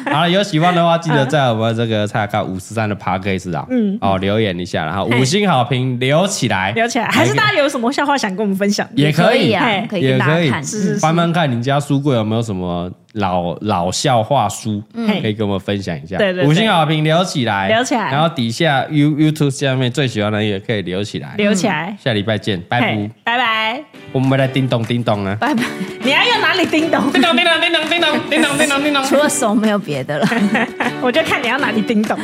好啊了，有喜欢的话，记得在我们这个蔡雅高五十三的 p a c k a g e 啊，嗯，哦留言一下，然后五星好评留起来，哎 (laughs) 聊起来，还是大家有什么笑话想跟我们分享？也可以啊嘿，可以也跟大可家以看。是是翻翻看你家书柜有没有什么老老笑话书，嗯可以跟我们分享一下。对对对五星好评留起来，留起来然后底下 You YouTube 下面最喜欢的也可以留起来。聊起来，下礼拜见，拜拜嘿。，拜拜。我们回来叮咚叮咚啊，拜拜。你要用哪里 (laughs) 叮 (laughs) 咚？叮咚叮咚叮咚叮咚叮咚叮咚叮咚。除了手没有别的了。我就看你要哪里叮咚。